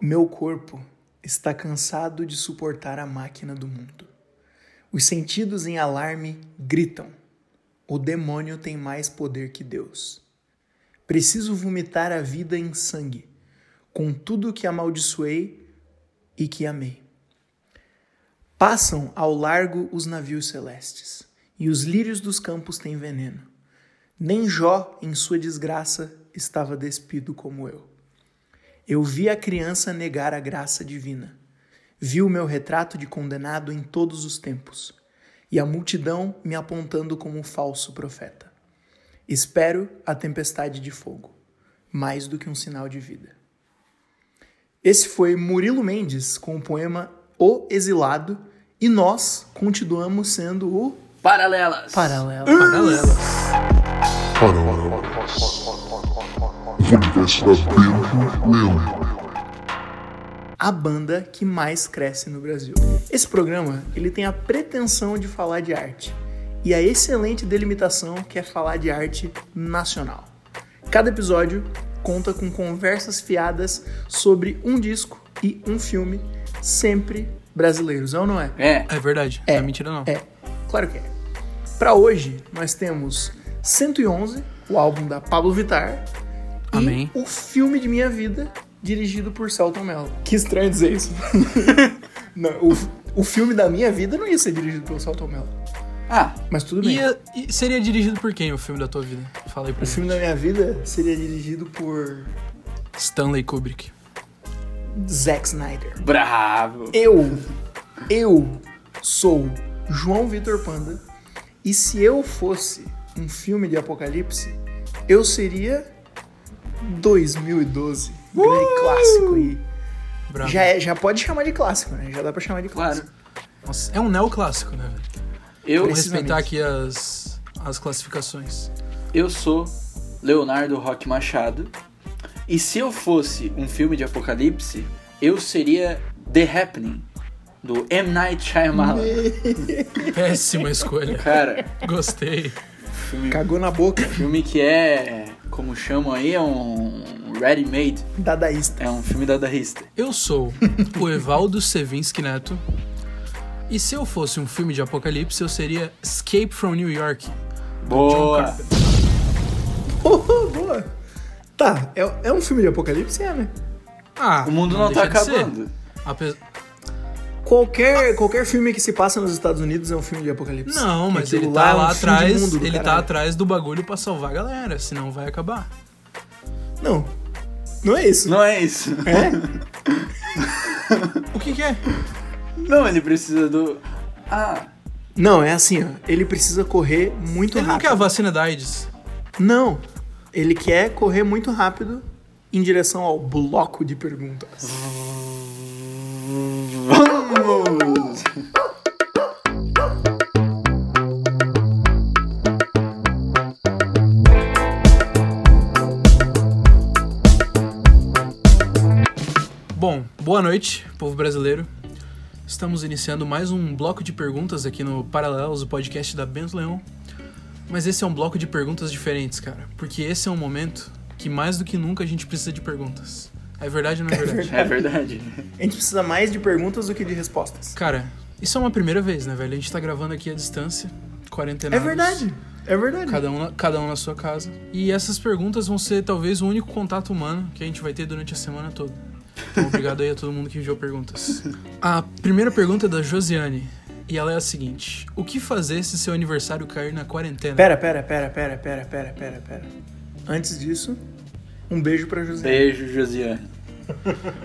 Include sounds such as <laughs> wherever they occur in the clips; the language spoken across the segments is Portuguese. Meu corpo está cansado de suportar a máquina do mundo. Os sentidos em alarme gritam: o demônio tem mais poder que Deus. Preciso vomitar a vida em sangue, com tudo que amaldiçoei e que amei. Passam ao largo os navios celestes, e os lírios dos campos têm veneno. Nem Jó, em sua desgraça, estava despido como eu. Eu vi a criança negar a graça divina. Vi o meu retrato de condenado em todos os tempos, e a multidão me apontando como um falso profeta. Espero a tempestade de fogo, mais do que um sinal de vida. Esse foi Murilo Mendes com o poema O Exilado, e nós continuamos sendo o Paralelas. Paralelo. O universo da Pedro Leão. a banda que mais cresce no Brasil. Esse programa ele tem a pretensão de falar de arte e a excelente delimitação que é falar de arte nacional. Cada episódio conta com conversas fiadas sobre um disco e um filme, sempre brasileiros, é ou não é? É. É verdade. É, mentira não. É, claro que é. Pra hoje, nós temos 111, o álbum da Pablo Vittar, Amém. e o filme de minha vida, dirigido por Celton Mello. Que estranho dizer isso. <laughs> Não, o, o filme da minha vida não ia ser dirigido pelo Celton Mello, Ah, mas tudo bem. E, e seria dirigido por quem o filme da tua vida? Fala aí pra O filme da minha vida seria dirigido por Stanley Kubrick. Zack Snyder. bravo. Eu, eu sou João Vitor Panda e se eu fosse um filme de apocalipse, eu seria 2012, grande clássico aí. Uh! Bravo. Já, é- já pode chamar de clássico, né? Já dá pra chamar de clássico. Claro. Nossa, é um neoclássico, né, velho? Eu, Vamos respeitar Precisamente. aqui as, as classificações. eu sou Leonardo Roque Machado. E se eu fosse um filme de apocalipse, eu seria The Happening, do M. Night Shyamalan. Péssima escolha. Cara, Gostei. Cagou na boca, filme que é, como chamam aí, é um ready-made. dadaísta. <laughs> É um filme dadaísta. Eu sou o Evaldo Sevinski Neto. E se eu fosse um filme de apocalipse, eu seria Escape from New York. Boa! Carpenter. Boa, Oh, boa. Tá, é, é um filme de apocalipse, é, né? Ah, O mundo não, tá deixa de ser. acabando. Ape- Qualquer, qualquer filme que se passa nos Estados Unidos é um filme de apocalipse. Não, Que mas aquilo ele tá é um fim lá de atrás. mundo do ele tá caralho. atrás do bagulho pra salvar a galera, senão vai acabar. Não, não é isso. Não é <laughs> isso. O que, que é? Não, ele precisa do. Ah, Não, é assim, ó. Ele precisa correr muito Ele não quer rápido. a vacina da AIDS. Não, ele quer correr muito rápido em direção ao bloco de perguntas. vamos! Bom, boa noite, povo brasileiro. Estamos iniciando mais um bloco de perguntas aqui no Paralelos, o podcast da Bento Leão. Mas esse é um bloco de perguntas diferentes, cara. Porque esse é um momento que mais do que nunca a gente precisa de perguntas. É <laughs> verdade ou não é verdade? É verdade. A gente precisa mais de perguntas do que de respostas. Cara, isso é uma primeira vez, né, velho? A gente tá gravando aqui à distância, quarentena. É verdade, é verdade. Cada um, na- cada um na sua casa. E essas perguntas vão ser talvez o único contato humano que a gente vai ter durante a semana toda. Então, obrigado aí a todo mundo que enviou perguntas. A primeira pergunta é da Josiane. E ela é a seguinte: O que fazer se seu aniversário cair na quarentena? Pera, pera, pera, pera, pera, pera, pera, pera. Antes disso, um beijo pra José. Beijo, Josiane.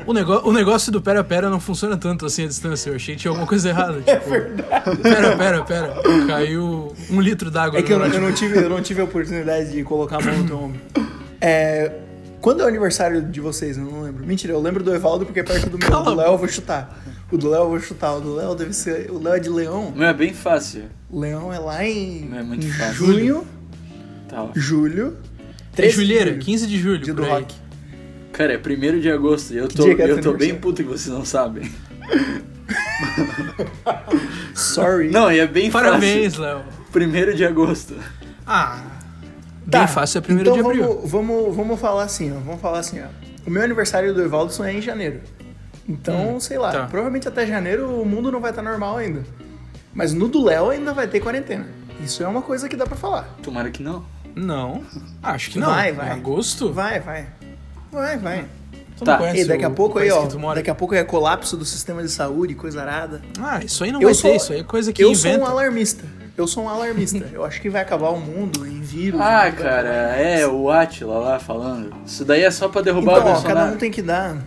O, negó- o negócio do pera pera não funciona tanto assim à distância. Eu achei que tinha alguma coisa errada. Tipo, <laughs> é verdade. Pera, pera, pera. Caiu um litro d'água. É que eu, no não- meu eu não tive, eu não tive a oportunidade de colocar a mão no teu ombro. É, quando é o aniversário de vocês? Eu não lembro. Mentira, eu lembro do Evaldo porque é perto do meu. O do Léo eu vou chutar. O do Léo eu vou chutar. O do Léo deve ser. O Léo é de Leão. Não é bem fácil. O Leão é lá em, É muito em fácil. junho, Tá, ó. julho. É 13 de Julieira, julho, 15 de julho. dia do por aí. rock. Cara, é 1 de agosto e eu tô, dia que é eu tô teu bem aniversário? puto que vocês não sabem. Sorry. Não, e é bem Parabéns, Léo. fácil. 1 de agosto. Ah. Tá, Bem fácil, é 1 então de abril. Vamos, vamos, vamos falar assim, ó. Vamos falar assim, ó. O meu aniversário do Evaldo só é em janeiro. Então, sei lá, tá. provavelmente até janeiro o mundo não vai estar normal ainda. Mas no do Léo ainda vai ter quarentena. Isso é uma coisa que dá pra falar. Tomara que não. Não, acho que não. Vai, vai. Em agosto? Vai, vai. Vai, vai. Tu não Tá. conhece E daqui a o pouco aí, É país ó. que tu mora? Daqui a pouco é colapso do sistema de saúde, coisa arada. Ah, isso aí não vai ter, isso aí é coisa que eu inventa. sou um alarmista. Eu sou um alarmista. eu acho que vai acabar o mundo em vírus. Ah, né? cara, é o Atila lá falando. Isso daí é só pra derrubar Então, o ó, Bolsonaro. cada um tem que dar.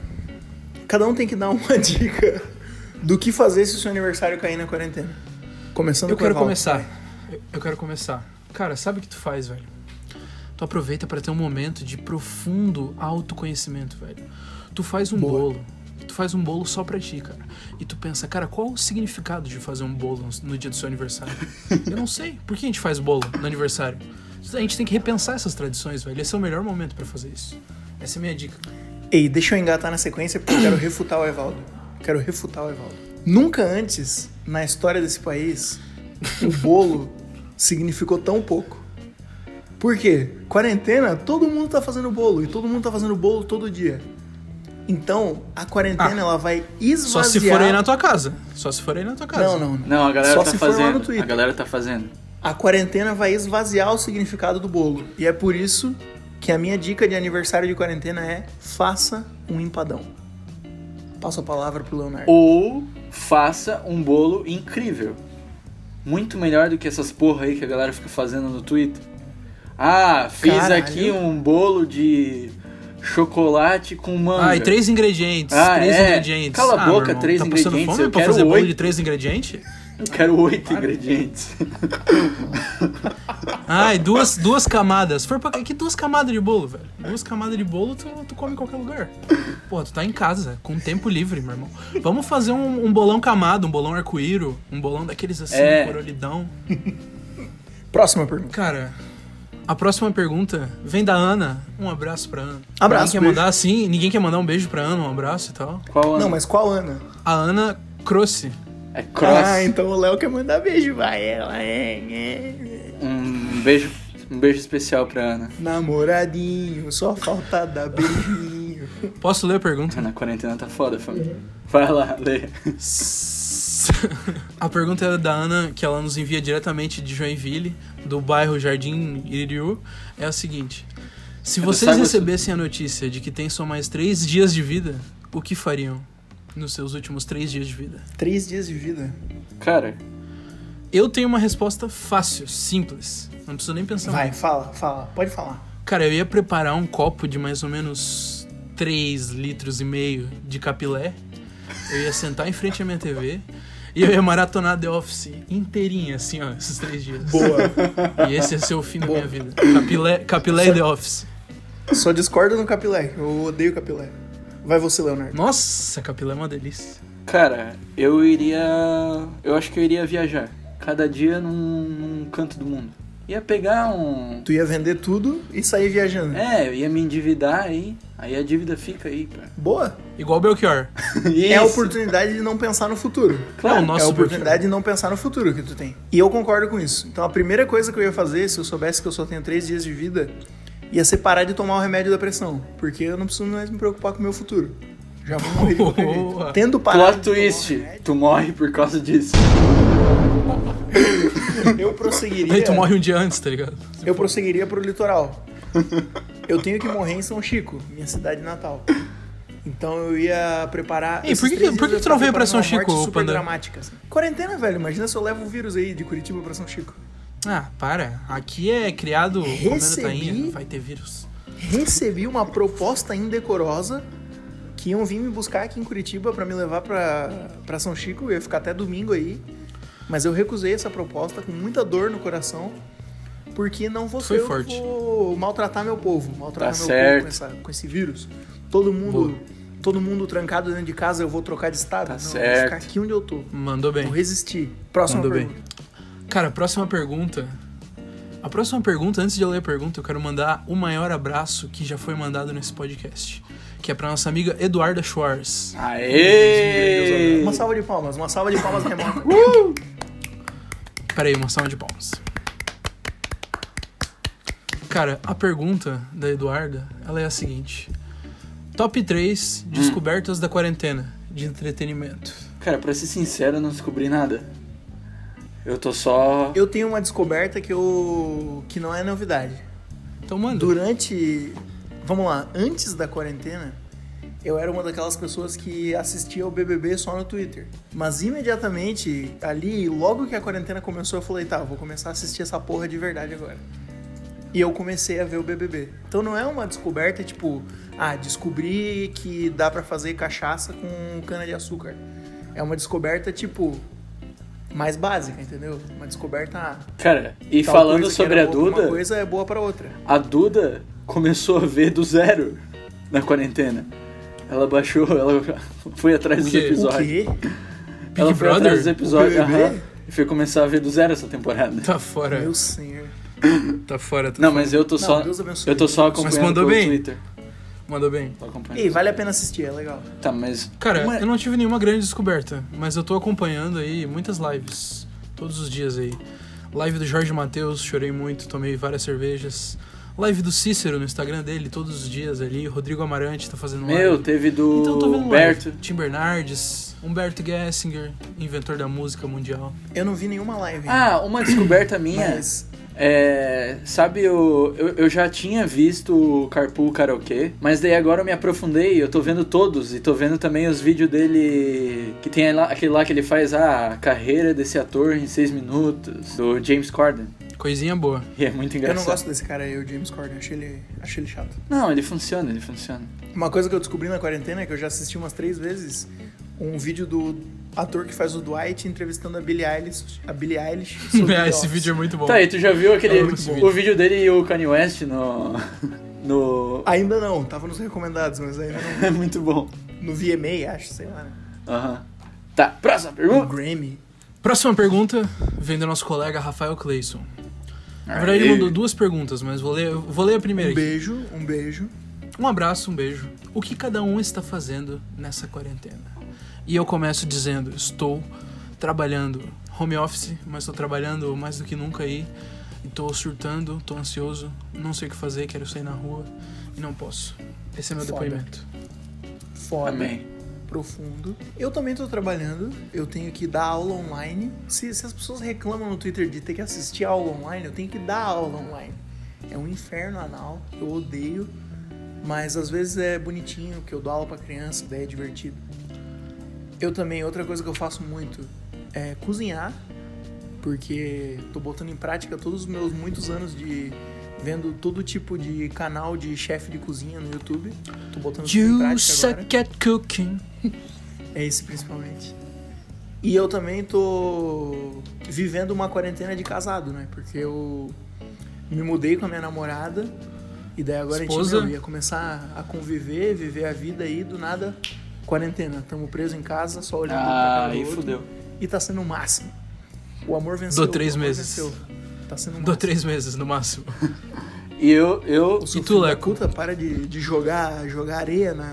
Cada um tem que dar uma <laughs> dica do que fazer se o seu aniversário cair na quarentena. Começando Eu com quero Evaldo. começar. Eu- Eu quero começar. Cara, sabe o que tu faz, velho? Tu aproveita pra ter um momento de profundo autoconhecimento, velho. Tu faz um bolo. Tu faz um bolo só pra ti, cara. E tu pensa, cara, qual o significado de fazer um bolo no dia do <laughs> seu aniversário? Eu não sei. Por que a gente faz bolo no aniversário? A gente tem que repensar essas tradições, velho. Esse é o melhor momento pra fazer isso. Essa é a minha dica. Ei, deixa eu engatar na sequência porque eu quero refutar o Evaldo. Quero refutar o Evaldo. Nunca antes na história desse país o bolo <laughs> significou tão pouco. Por quê? Quarentena, todo mundo tá fazendo bolo e todo mundo tá fazendo bolo todo dia. Então, a quarentena Ah, ela vai Só esvaziar se for aí na tua casa. Só se for aí na tua casa. Não, não, não. Não, a galera Só tá se for lá no fazendo. Twitter. a galera tá fazendo. A quarentena vai esvaziar o significado do bolo. E é por isso que a minha dica de aniversário de quarentena é faça um empadão. Passo a palavra pro Leonardo. Ou faça um bolo incrível. Muito melhor do que essas porra aí que a galera fica fazendo no Twitter. Ah, fiz Caralho. aqui um bolo de chocolate com manga. Ah, e três ingredientes. Ah, três é. ingredientes. Cala a Ah, boca, meu irmão, três tá passando ingredientes, Fome eu pra quero fazer bolo oito. de três ingredientes? Eu quero oito ingredientes. Ah, e duas, duas camadas. Se For pra... Que duas camadas de bolo, velho? Duas camadas de bolo tu, tu come em qualquer lugar. Pô, tu tá em casa, com tempo livre, meu irmão. Vamos fazer um, um bolão camada, um bolão arco-íro, um bolão daqueles assim, É. corolidão. Próxima pergunta. Cara, a próxima pergunta vem da Ana. Um abraço pra Ana. Abraço, Ninguém quer beijo. mandar assim, ninguém quer mandar um beijo pra Ana, um abraço e tal. Qual ano? Não, mas qual Ana? A Ana Croce. É cross. Ah, então o Léo quer mandar beijo, vai ela. é, é. Um beijo, um beijo especial pra Ana. Namoradinho, só falta dar beijinho. <laughs> Posso ler a pergunta? Na quarentena tá foda, família. Uhum. Vai lá, lê. <laughs> A pergunta é da Ana, que ela nos envia diretamente de Joinville, do bairro Jardim Iriu, é a seguinte: Se do vocês Sago- recebessem a notícia de que tem só mais três dias de vida, o que fariam nos seus últimos três dias de vida? Três dias de vida. Cara, Eu tenho uma resposta fácil, simples. Não preciso nem pensar. Vai, muito. fala, fala, pode falar. Cara, eu ia preparar um copo de mais ou menos 3 litros e meio de capilé. Eu ia sentar em frente à minha TV e eu ia maratonar The Office inteirinha, assim, ó, esses três dias. Boa. E esse ia ser o fim da Boa. minha vida. Capilé, capilé e The Office. Só discordo no capilé. Eu odeio capilé. Vai você, Leonardo. Nossa, capilé é uma delícia. cara, eu iria. Eu acho que eu iria viajar. Cada dia num, num canto do mundo. Ia pegar um. Tu ia vender tudo e sair viajando. É, eu ia me endividar aí. Aí a dívida fica aí, cara. Boa. Igual Belchior. <laughs> É a Isso, oportunidade de não pensar no futuro. É o Claro, é a nosso Belchior. oportunidade de não pensar no futuro que tu tem. E eu concordo com isso. Então a primeira coisa que eu ia fazer, se eu soubesse que eu só tenho três dias de vida, ia ser parar de tomar o remédio da pressão. Porque eu não preciso mais me preocupar com o meu futuro. Já vou morrer <laughs> de qualquer jeito. Boa. Tendo parado. Plot de tomar o twist. remédio, Tu morre por causa disso. Eu Aí prosseguiria. tu morre um dia antes, tá ligado? Eu prosseguiria pro litoral. Eu tenho que morrer em São Chico, minha cidade natal. Então eu ia preparar. Ei, esses por que- três por que dias tu eu não ia veio pra preparar São uma Chico, morte super Panda? dramática, assim. Quarentena, velho. Imagina se eu levo o vírus aí de Curitiba pra São Chico. Ah, para. Aqui é criado comendo Recebi. tainha, não vai ter vírus. Recebi uma proposta indecorosa que iam vir me buscar aqui em Curitiba pra me levar pra, pra São Chico. Eu ia ficar até domingo aí. Mas eu recusei essa proposta com muita dor no coração. Porque não vou Foi ser eu que forte. vou maltratar meu povo. Maltratar Tá meu certo. povo com, essa- com esse vírus. Todo mundo. Boa. Todo mundo trancado dentro de casa, eu vou trocar de estado. Tá não, eu vou certo. ficar aqui onde eu tô. Mandou bem. Vou resistir. Próxima Mandou bem. pergunta. Cara, próxima pergunta. A próxima pergunta, antes de eu ler a pergunta, eu quero mandar o maior abraço que já foi mandado nesse podcast. Que é pra nossa amiga Eduarda Schwartz. é Aê! Uma salva de palmas, uma salva de palmas remota. <laughs> Pera aí, uma salva de palmas. Cara, a pergunta da Eduarda, ela é a seguinte. Top 3 descobertas da quarentena, de entretenimento? Cara, pra ser sincero, eu não descobri nada. Eu tô só. Eu tenho uma descoberta que eu que não é novidade. Então manda. Durante, vamos lá, antes da quarentena, eu era uma daquelas pessoas que assistia o BBB só no Twitter. Mas imediatamente, ali, logo que a quarentena começou, eu falei, tá, eu vou começar a assistir essa porra de verdade agora. E eu comecei a ver o BBB. Então não é uma descoberta tipo, ah, descobri que dá pra fazer cachaça com cana de açúcar. É uma descoberta tipo mais básica, entendeu? Uma descoberta ah, Cara, e tal falando coisa que sobre era a boa pra Uma Duda, coisa é boa pra outra. a Duda começou a ver do zero na quarentena. Ela baixou, ela foi atrás O dos quê? O episódios. O quê? Ela Big foi atrás dos Brother? episódios. O BBB? aham, e foi começar a ver do zero essa temporada. Tá fora, Meu senhor. tá fora. Tá Não, fora. mas eu tô É. só. Deus abençoe. eu tô só acompanhando mandou pelo bem. Twitter. Mandou bem. Tô acompanhando. Ei, vale a pena assistir, é legal. Tá, mas. Cara, Uma- eu não tive nenhuma grande descoberta, mas eu tô acompanhando aí muitas lives, todos os dias aí. Live do Jorge Matheus, chorei muito, tomei várias cervejas. Live do Cícero no Instagram dele, todos os dias ali. Rodrigo Amarante tá fazendo Meu, live. teve do Então eu tô vendo Humberto. live. Tim Bernardes, Humberto Gessinger, inventor da música mundial. Eu não vi nenhuma live. ainda, Ah, uma <clears throat> descoberta minha. mas É, sabe, eu, eu, eu já tinha visto o Carpool Karaokê, mas daí agora eu me aprofundei, eu tô vendo todos e tô vendo também os vídeos dele que tem lá- aquele lá que ele faz ah, a carreira desse ator em seis minutos, do James Corden. Coisinha <laughs> boa. E é muito eu engraçado. não gosto desse cara aí, o James Corden. Achei ele, achei ele chato. Não, ele funciona, ele funciona. Uma coisa que eu descobri na quarentena, é que eu já assisti umas três vezes, um vídeo do ator que faz o Dwight entrevistando a Billie Eilish. A Billie <laughs> Eilish sobre The Esse Office. vídeo é muito bom. Tá, e tu já viu aquele É muito bom. o vídeo dele e o Kanye West no <laughs> no <laughs> Ainda não, tava nos recomendados, mas ainda é muito bom. não. No VMA, acho, sei lá. Né? Aham. Tá, próxima No pergunta. Grammy. Próxima pergunta vem do nosso colega Rafael Clayson. Na verdade, Aê. ele mandou duas perguntas, mas vou ler, eu vou ler a primeira Um aqui. beijo, um beijo. Um abraço, um beijo. O que cada um está fazendo nessa quarentena? E eu começo dizendo: estou trabalhando home office, mas estou trabalhando mais do que nunca aí. E tô surtando, tô ansioso, não sei o que fazer, quero sair na rua e não posso. Esse é meu Foda. depoimento. Foda. Amém. profundo. Eu também tô trabalhando, eu tenho que dar aula online. Se, se as pessoas reclamam no Twitter de ter que assistir aula online, eu tenho que dar aula online. É um inferno anal, eu odeio, mas às vezes é bonitinho que eu dou aula pra criança, daí é divertido. Eu também, outra coisa que eu faço muito é cozinhar, porque tô botando em prática todos os meus muitos anos de vendo todo tipo de canal de chefe de cozinha no YouTube. Tô botando tudo em You prática agora. suck at cooking. É esse principalmente. E eu também tô vivendo uma quarentena de casado, né? Porque eu me mudei com a minha namorada e daí agora a Esposa. gente meu, ia começar a conviver, viver a vida aí do nada quarentena. Tamo preso em casa, só olhando um pra Ah, cara do aí outro. fudeu. E tá sendo o máximo. O amor venceu. Dou três o amor meses. Venceu. Tá sendo o máximo. Dou três meses no máximo. E eu eu O seu E tu, filho da Leco? Puta, para de, de jogar, jogar areia na,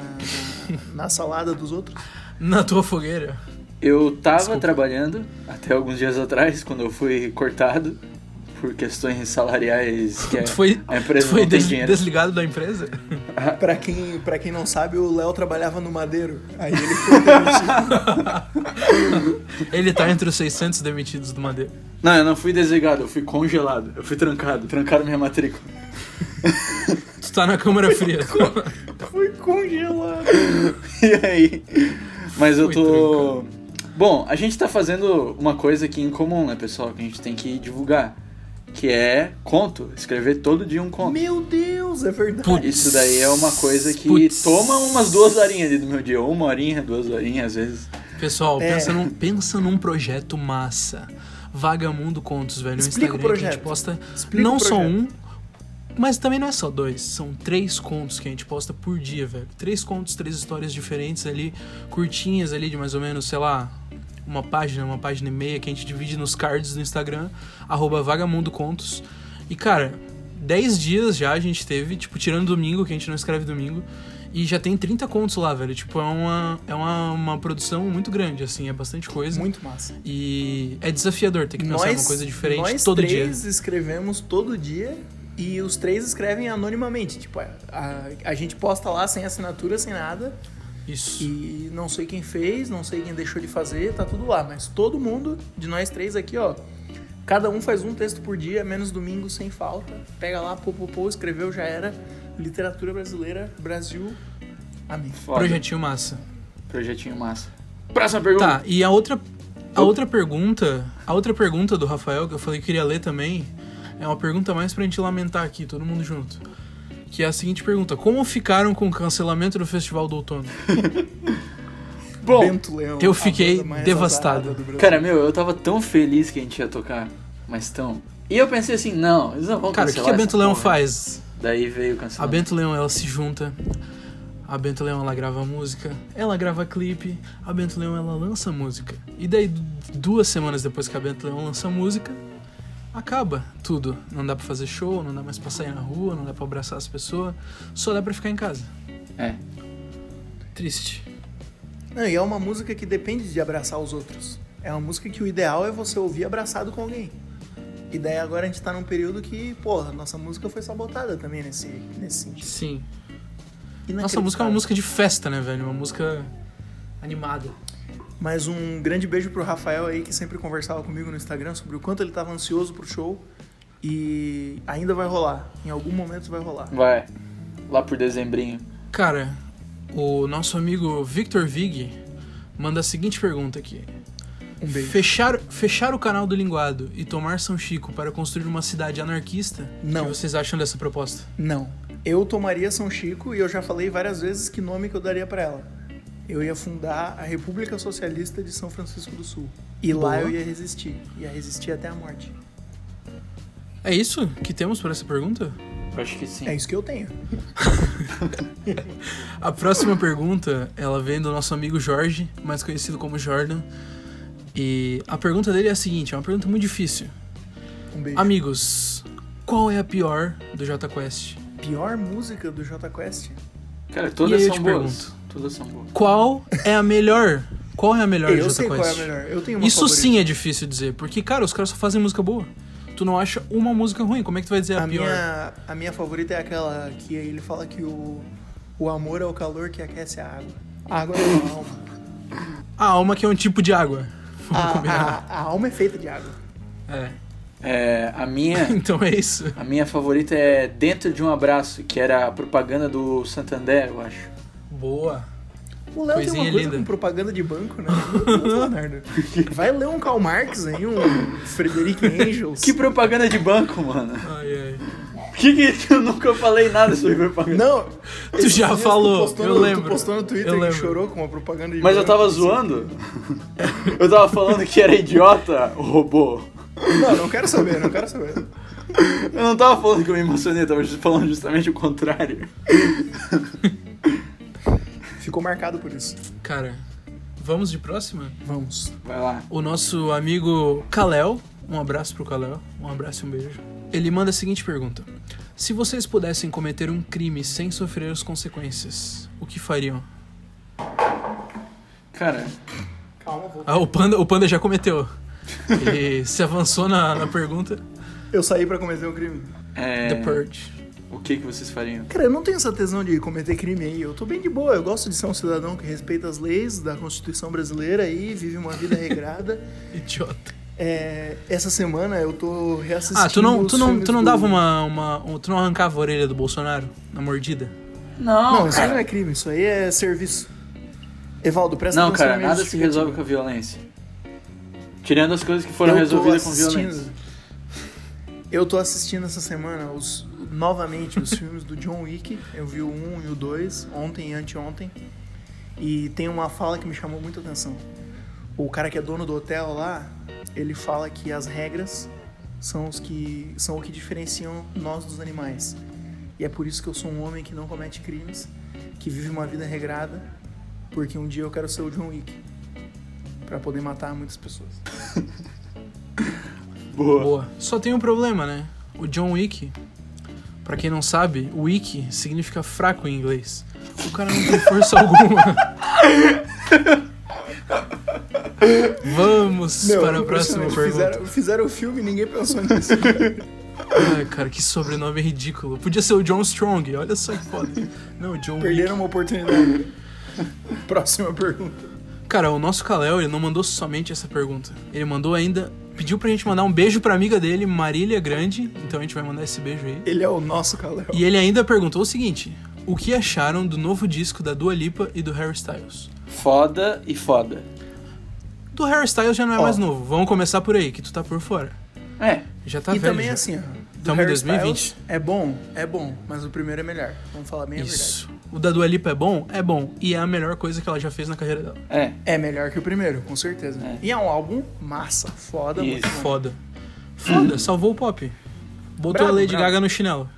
na, na salada dos outros. Na tua fogueira. Eu tava Desculpa. trabalhando até alguns dias atrás, quando eu fui cortado por questões salariais que a, Tu foi, É. a empresa tu foi não tem des- dinheiro. desligado da empresa? Pra quem, pra quem não sabe, o Léo trabalhava no Madeiro. Aí <laughs> ele foi demitido. Ele tá entre os 600 demitidos do Madeira. Não, eu não fui desligado, eu fui congelado, eu fui trancado. Trancaram minha matrícula. <laughs> Tu tá na câmara fria. foi congelado. E aí? Mas eu Fui tô. Bom, a gente tá fazendo uma coisa aqui em comum, né, pessoal? Que a gente tem que divulgar. Que é conto. Escrever todo dia um conto. Meu Deus, é verdade. Putz. Isso daí é uma coisa que Putz. toma umas duas horinhas ali do meu dia. Uma horinha, duas horinhas às vezes. Pessoal, É. pensa, num, pensa num projeto massa. Vagamundo Contos, velho. Explica no o Instagram que a gente projeto. posta Explica não o só projeto. um, mas também não é só dois. São três contos que a gente posta por dia, velho. Três contos, três histórias diferentes ali, curtinhas ali de mais ou menos, sei lá, uma página, uma página e meia que a gente divide nos cards do Instagram, arroba Vagamundo Contos. E, cara, 10 dias já a gente teve, tipo, tirando domingo, que a gente não escreve domingo, e já tem 30 contos lá, velho. Tipo, é uma, é uma, uma produção muito grande, assim, é bastante coisa. Muito massa. E é desafiador ter que pensar nós, uma coisa diferente nós todo dia. três escrevemos todo dia e os três escrevem anonimamente. Tipo, a, a, a gente posta lá sem assinatura, sem nada. Isso. E não sei quem fez, não sei quem deixou de fazer, tá tudo lá. Mas todo mundo de nós três aqui, ó. Cada um faz um texto por dia, menos domingo, sem falta. Pega lá, pô, pô, pô, escreveu, já era. Literatura brasileira, Brasil, amém. Foda. Projetinho massa. Projetinho massa. Próxima pergunta. Tá, e a outra, a outra pergunta, a outra pergunta do Rafael que eu falei que queria ler também, é uma pergunta mais pra gente lamentar aqui, todo mundo junto. Que é a seguinte pergunta: Como ficaram com o cancelamento do Festival do Outono? Bom, Bento Leão, eu a fiquei banda mais devastado. azarada do Brasil. cara, meu, eu tava tão feliz que a gente ia tocar, mas tão. E eu pensei assim, não, eles não vão Cara, o que, cancelar que a essa Bento Leão porra. faz? Daí veio o A cancelamento. Bento Leão, ela se junta. A Bento Leão, ela grava música. Ela grava clipe. A Bento Leão, ela lança música. E daí, du- duas semanas depois que a Bento Leão lança música, acaba tudo. Não dá pra fazer show, não dá mais pra sair na rua, não dá pra abraçar as pessoas. Só dá pra ficar em casa. É. Triste. Não, e é uma música que depende de abraçar os outros. É uma música que o ideal é você ouvir abraçado com alguém. E daí agora a gente tá num período que, porra, nossa música foi sabotada também nesse, nesse sentido. Sim. Inacreditável. Nossa, a música é uma música de festa, né, velho? Uma música animada. Mas um grande beijo pro Rafael aí, que sempre conversava comigo no Instagram sobre o quanto ele tava ansioso pro show. E ainda vai rolar. Em algum momento vai rolar. Vai. Lá por dezembrinho. Cara, o nosso amigo Victor Vig manda a seguinte pergunta aqui. Um beijo. Fechar, fechar o canal do Linguado e tomar São Chico para construir uma cidade anarquista? Não. O que vocês acham dessa proposta? Não. Eu tomaria São Chico e eu já falei várias vezes que nome que eu daria pra ela. Eu ia fundar a República Socialista de São Francisco do Sul. E lá Boa. eu ia resistir. Ia resistir até a morte. É isso que temos para essa pergunta? Eu acho que sim. É isso que eu tenho. A próxima pergunta, ela vem do nosso amigo Jorge, mais conhecido como Jordan. E a pergunta dele é a seguinte, é uma pergunta muito difícil. Um beijo. Amigos, qual é a pior do Jota Quest? Pior música do Jota Quest? Cara, E todas aí eu são te boas. Todas são boas. Qual é a melhor? Qual é a melhor Eu Jota sei Quest? qual é a melhor. Eu tenho uma Isso favorita. sim é difícil dizer, porque, cara, os caras só fazem música boa. Tu não acha uma música ruim, como é que tu vai dizer a, A pior? minha, a minha favorita é aquela que ele fala que o, o amor é o calor que aquece a água. A água é uma alma. A alma que é um tipo de água. <laughs> Vamos A, combinar. a- a alma é feita de água. É. <laughs> É, a minha. Então é isso. A minha favorita é Dentro de um Abraço, que era a propaganda do Santander, eu acho. Boa. O Léo tem uma Coisinha coisa linda. com propaganda de banco, né? Meu Deus, <laughs> Leonardo. Vai ler um Karl Marx aí, um Frederic Engels. Que propaganda de banco, mano. <laughs> Ai, ai. Por que, que eu nunca falei nada sobre propaganda? Não. esses já dias tu falou, postou eu no- lembro. Tu postou no Twitter Eu que lembro. chorou com uma propaganda de Mas eu banco. tava zoando. Eu tava falando que era idiota, o robô. Não, não quero saber, não quero saber. Eu não tava falando que eu me emocionei, eu tava just- falando justamente o contrário. Ficou marcado por isso. Cara, vamos de próxima? Vamos. Vai lá. O nosso amigo Kalel, um abraço pro Kalel, um abraço e um beijo. Ele manda a seguinte pergunta: Se vocês pudessem cometer um crime sem sofrer as consequências, o que fariam? Cara, Calma, vou. Ah, o Panda, o Panda já cometeu. Ele se avançou na, na pergunta. Eu saí pra cometer um crime. é, The Purge. o que, que vocês fariam? Cara, eu não tenho essa tesão de cometer crime aí. Eu tô bem de boa. Eu gosto de ser um cidadão que respeita as leis da Constituição brasileira e vive uma vida regrada. Idiota. É, essa semana eu tô reassistindo. Ah, tu não, os tu não, filmes tu não do- dava uma, uma. um- Tu não arrancava a orelha do Bolsonaro na mordida? Não, Não, isso aí não é cara. crime, isso aí é serviço. Evaldo, presta Não, atenção. cara, na minha nada assim. se resolve com a violência. Tirando as coisas que foram Eu tô resolvidas com assistindo- violência. Eu tô assistindo essa semana os, novamente os filmes do John Wick. Eu vi o 1 e o 2, ontem e anteontem. E tem uma fala que me chamou muita atenção. O cara que é dono do hotel lá, ele fala que as regras são os que são o que diferenciam nós dos animais. E é por isso que eu sou um homem que não comete crimes, que vive uma vida regrada, porque um dia eu quero ser o John Wick Pra poder matar muitas pessoas. Boa. Boa. Só tem um problema, né? O John Wick, pra quem não sabe, Wick significa fraco em inglês. O cara não tem força <laughs> alguma. Vamos Meu, para a próxima impressionante. pergunta. Fizeram, fizeram o filme e ninguém pensou nisso. <laughs> Ai, cara, que sobrenome ridículo. Podia ser o John Strong, olha só que foda. Não, o John Wick. Perderam uma oportunidade. <laughs> Próxima pergunta. Cara, o nosso Kalel, ele não mandou somente essa pergunta. Ele mandou ainda. Pediu pra gente mandar um beijo pra amiga dele, Marília Grande. Então a gente vai mandar esse beijo aí. Ele é o nosso Kalel. E ele ainda perguntou o seguinte: O que acharam do novo disco da Dua Lipa e do Harry Styles? Foda e foda. Do Harry Styles já não é Ó. mais novo. Vamos começar por aí, que tu tá por fora. É, Já tá e velho. também já. assim, ó. do Tamo em Harry Styles, 2020. É bom, é bom, mas o primeiro é melhor. Vamos falar bem Isso. O da Dua Lipa é bom? É bom. E é a melhor coisa que ela já fez na carreira dela. é. a verdade. É melhor que o primeiro, com certeza. É. E é um álbum massa, foda, Isso. muito bom. Foda. Foda, salvou o pop. Botou Brabo, a Lady brabo. Gaga no chinelo.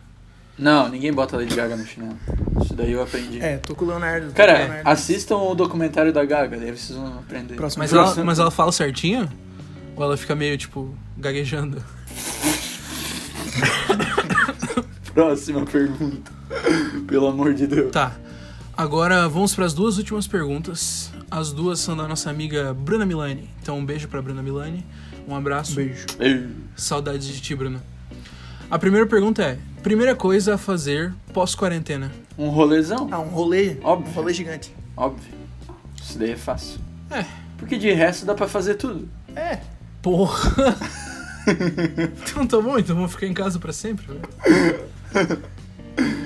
Não, ninguém bota Lady Gaga no chinelo. Isso daí eu aprendi. É, tô com o Leonardo. tô com o Cara, Leonardo. assistam o documentário da Gaga, daí vocês vão aprender. Próximo. Mas Próximo. ela, mas ela fala certinho? Ou ela fica meio, tipo, gaguejando? Próxima pergunta. <laughs> Pelo amor de Deus. Tá. Agora vamos para as duas últimas perguntas. As duas são da nossa amiga Bruna Milani. Então um beijo para Bruna Milani. Um abraço. Beijo. Ei, Saudades de ti, Bruna. A primeira pergunta é: primeira coisa a fazer pós-quarentena? Um rolezão, Ah, um rolê. Óbvio. Um rolê gigante. óbvio. Isso daí é fácil. É. Porque de resto dá pra fazer tudo. É, Porra! <laughs> então tá bom, então vamos ficar em casa pra sempre, velho.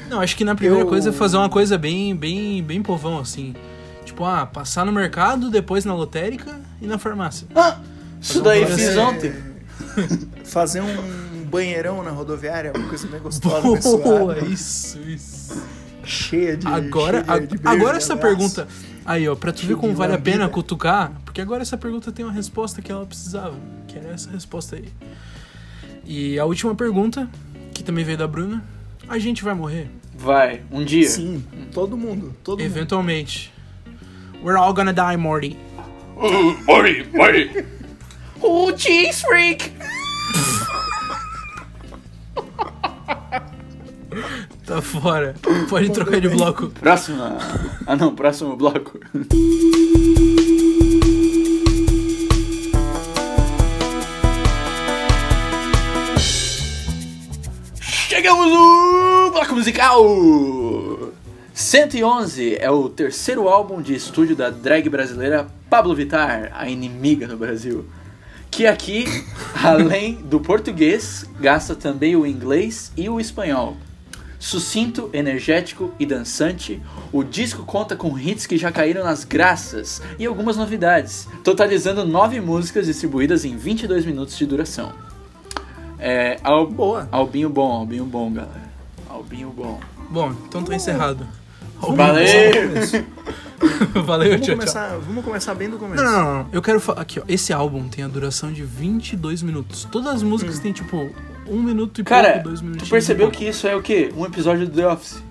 Não, acho que na primeira Eu- coisa é fazer uma coisa bem, bem, bem povão, assim. Tipo, ah, passar no mercado, depois na lotérica e <laughs> na farmácia. Ah, isso um daí rolezão. fiz É, ontem. Fazer um banheirão na rodoviária, uma coisa bem <laughs> gostosa, bem Boa, suada, isso, isso. cheia de Agora, cheia de ag- beijo, agora de essa abraço. pergunta. Aí, ó, pra tu ver Cheio como de vale a lambida. pena cutucar, porque agora essa pergunta tem uma resposta que ela precisava, que era essa resposta aí. E a última pergunta, que também veio da Bruna: A gente vai morrer? Vai, um dia. Sim, todo mundo, todo mundo. Uhum. Eventualmente. We're all gonna die, Morty. Uh, Mori, Mori. <laughs> Oh, cheese freak. <laughs> Tá fora. Pode trocar de bloco. Próxima. Ah não, próximo bloco. Chegamos no bloco musical! 111 é o terceiro álbum de estúdio da drag brasileira Pablo Vittar, a inimiga no Brasil. Que aqui, além do português, gasta também o inglês e o espanhol. Sucinto, energético e dançante, o disco conta com hits que já caíram nas graças e algumas novidades, totalizando nove músicas distribuídas em 22 minutos de duração. É, al- Boa. Albinho bom, albinho bom, galera. Albinho bom. Bom, então tá encerrado. Valeu! <laughs> Vamos Valeu, tchau, tchau. começar, vamos começar bem do começo. Não, não, não, não. Eu quero falar. Aqui, ó. Esse álbum tem a duração de 22 minutos. Todas as músicas têm, tipo, um minuto e Hum. Cara, pouco, dois minutos. tu percebeu que isso é o quê? Um episódio do The Office.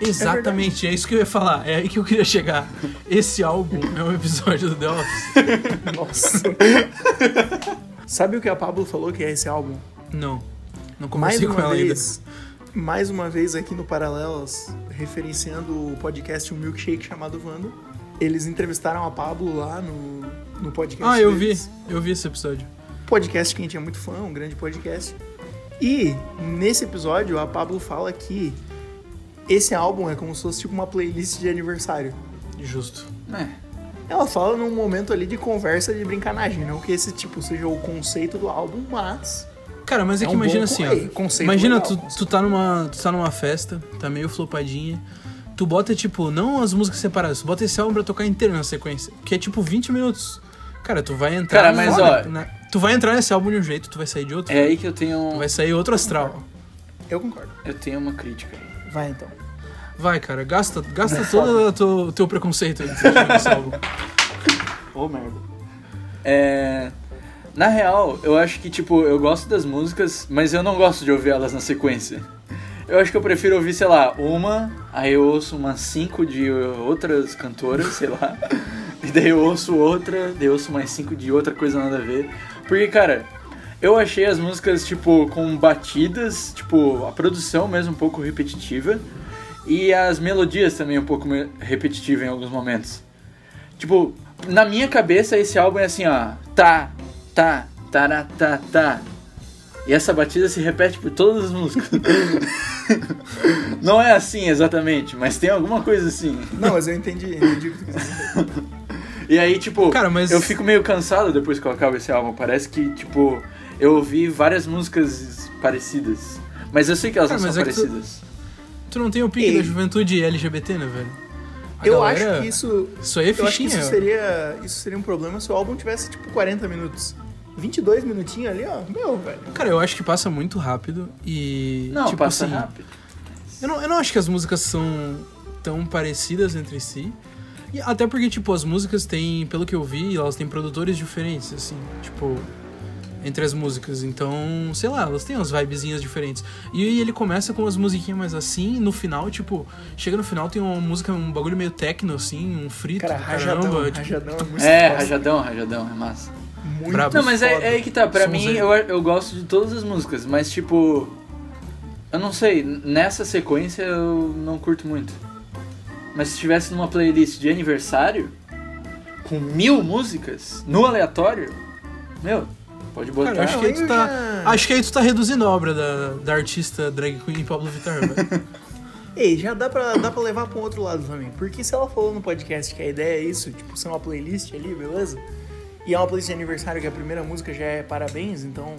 Exatamente, é, isso que eu ia falar. É aí que eu queria chegar. Esse álbum é um episódio do The Office. Nossa. <laughs> Sabe o que a Pablo falou que é esse álbum? Não. Não Mais comecei com uma ela vez, mais uma vez aqui no Paralelas, referenciando o podcast Um Milkshake chamado Vando. Eles entrevistaram a Pablo lá no, no podcast. ainda. Ah, eu vi. deles. Eu vi esse episódio. Podcast que a gente é muito fã, um grande podcast. E nesse episódio a Pablo fala que esse álbum é como se fosse tipo uma playlist de aniversário. Justo. É. Ela fala num momento ali de conversa de brincanagem, não que esse tipo seja o conceito do álbum, mas Cara, mas é, É que um bom imagina con- assim, ó. é, conceito imagina, legal, tu, conceito. tu, tá numa, tu tá numa festa, tá meio flopadinha. Tu bota, tipo, não as músicas separadas, tu bota esse álbum pra tocar inteiro na sequência. Que é tipo 20 minutos. Cara, tu vai entrar. Cara, mas, na- ó- na- tu vai entrar nesse álbum de um jeito, tu vai sair de outro. É aí que eu tenho, um- Vai sair outro astral. eu concordo. eu tenho uma crítica. aí. Vai então. Vai, cara, gasta, É gasta todo o teu preconceito aí que você tinha nesse álbum. Ô, merda. É... Na real, eu acho que, tipo, eu gosto das músicas, mas eu não gosto de ouvir elas na sequência. Eu acho que eu prefiro ouvir, sei lá, uma, aí eu ouço umas cinco de outras cantoras, sei lá. <laughs> E daí eu ouço outra, daí eu ouço mais cinco de outra coisa nada a ver. Porque, cara, eu achei as músicas, tipo, com batidas, tipo, a produção mesmo um pouco repetitiva. E as melodias também um pouco me- repetitivas em alguns momentos. Tipo, na minha cabeça esse álbum é assim, ó. Tá, tá, <laughs> tará, tá, tá. E essa batida se repete por todas as músicas. Não é assim exatamente, mas tem alguma coisa assim. Não, mas eu entendi, entendi o que tu quis <laughs> dizer. E aí, tipo, Cara, mas- eu fico meio cansado depois que eu acabo esse álbum. Parece que, tipo, eu ouvi várias músicas parecidas. Mas eu sei que elas Cara, não mas são é que tu- parecidas. Tu não tem o pique Ei. da juventude LGBT, né, velho? A Eu galera- acho que isso. Isso aí é Eu acho que fichinha. isso seria, isso seria um problema se o álbum tivesse tipo 40 minutos. 22 minutinhos ali, ó. Meu, velho. Cara, eu acho que passa muito rápido e. Não, tipo passa assim, rápido. Eu não, eu não acho que as músicas são tão parecidas entre si. E até porque, tipo, as músicas têm, pelo que eu vi, elas têm produtores diferentes, assim, tipo, entre as músicas. Então, sei lá, elas têm umas vibezinhas diferentes. E aí ele começa com umas musiquinhas mais assim, e no final, tipo, chega no final, tem uma música, um bagulho meio techno, assim, um frito. Cara, do rajadão, caramba, tipo, rajadão é muito É, foda. rajadão, rajadão, é massa. Muito Brabo. Não, mas é, foda. é aí que tá. Pra mim, Sonzeiro. eu, eu gosto de todas as músicas, mas, tipo, eu não sei. Nessa sequência eu não curto muito. Mas se estivesse numa playlist de aniversário, com mil músicas, no aleatório, meu, pode botar. Cara, eu acho que aí tu eu tá. já- Acho que aí tu tá reduzindo a obra da, da artista drag queen Pablo Vittar, velho. Ei, já dá pra, dá pra levar pra um outro lado também. Porque se ela falou no podcast que a ideia é isso, tipo, ser uma playlist ali, beleza? E é uma playlist de aniversário que a primeira música já é parabéns, então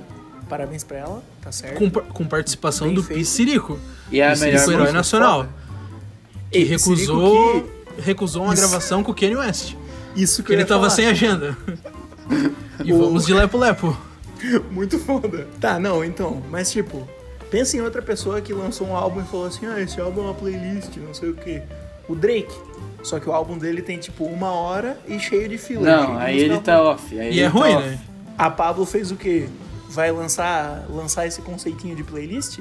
parabéns pra ela, tá certo? com, <laughs> par- com participação Bem do feito. Pissirico. E é a melhor Pissirico herói música. nacional. Que Ei, recusou, Sirico recusou uma Isso. gravação com o Kanye West. Isso que Porque ele eu ia tava falar. <laughs> sem agenda. e O- vamos de lepo-lepo. <laughs> Muito foda. Tá, não, então, mas tipo, pensa em outra pessoa que lançou um álbum e falou assim: ah, esse álbum é uma playlist, não sei o quê. O Drake. Só que o álbum dele tem tipo uma hora e cheio de filler. cheio Não, de aí música ele ruim. tá off. Aí E é ele tá ruim, off. né? A Pablo fez o quê? Vai lançar, lançar esse conceitinho de playlist?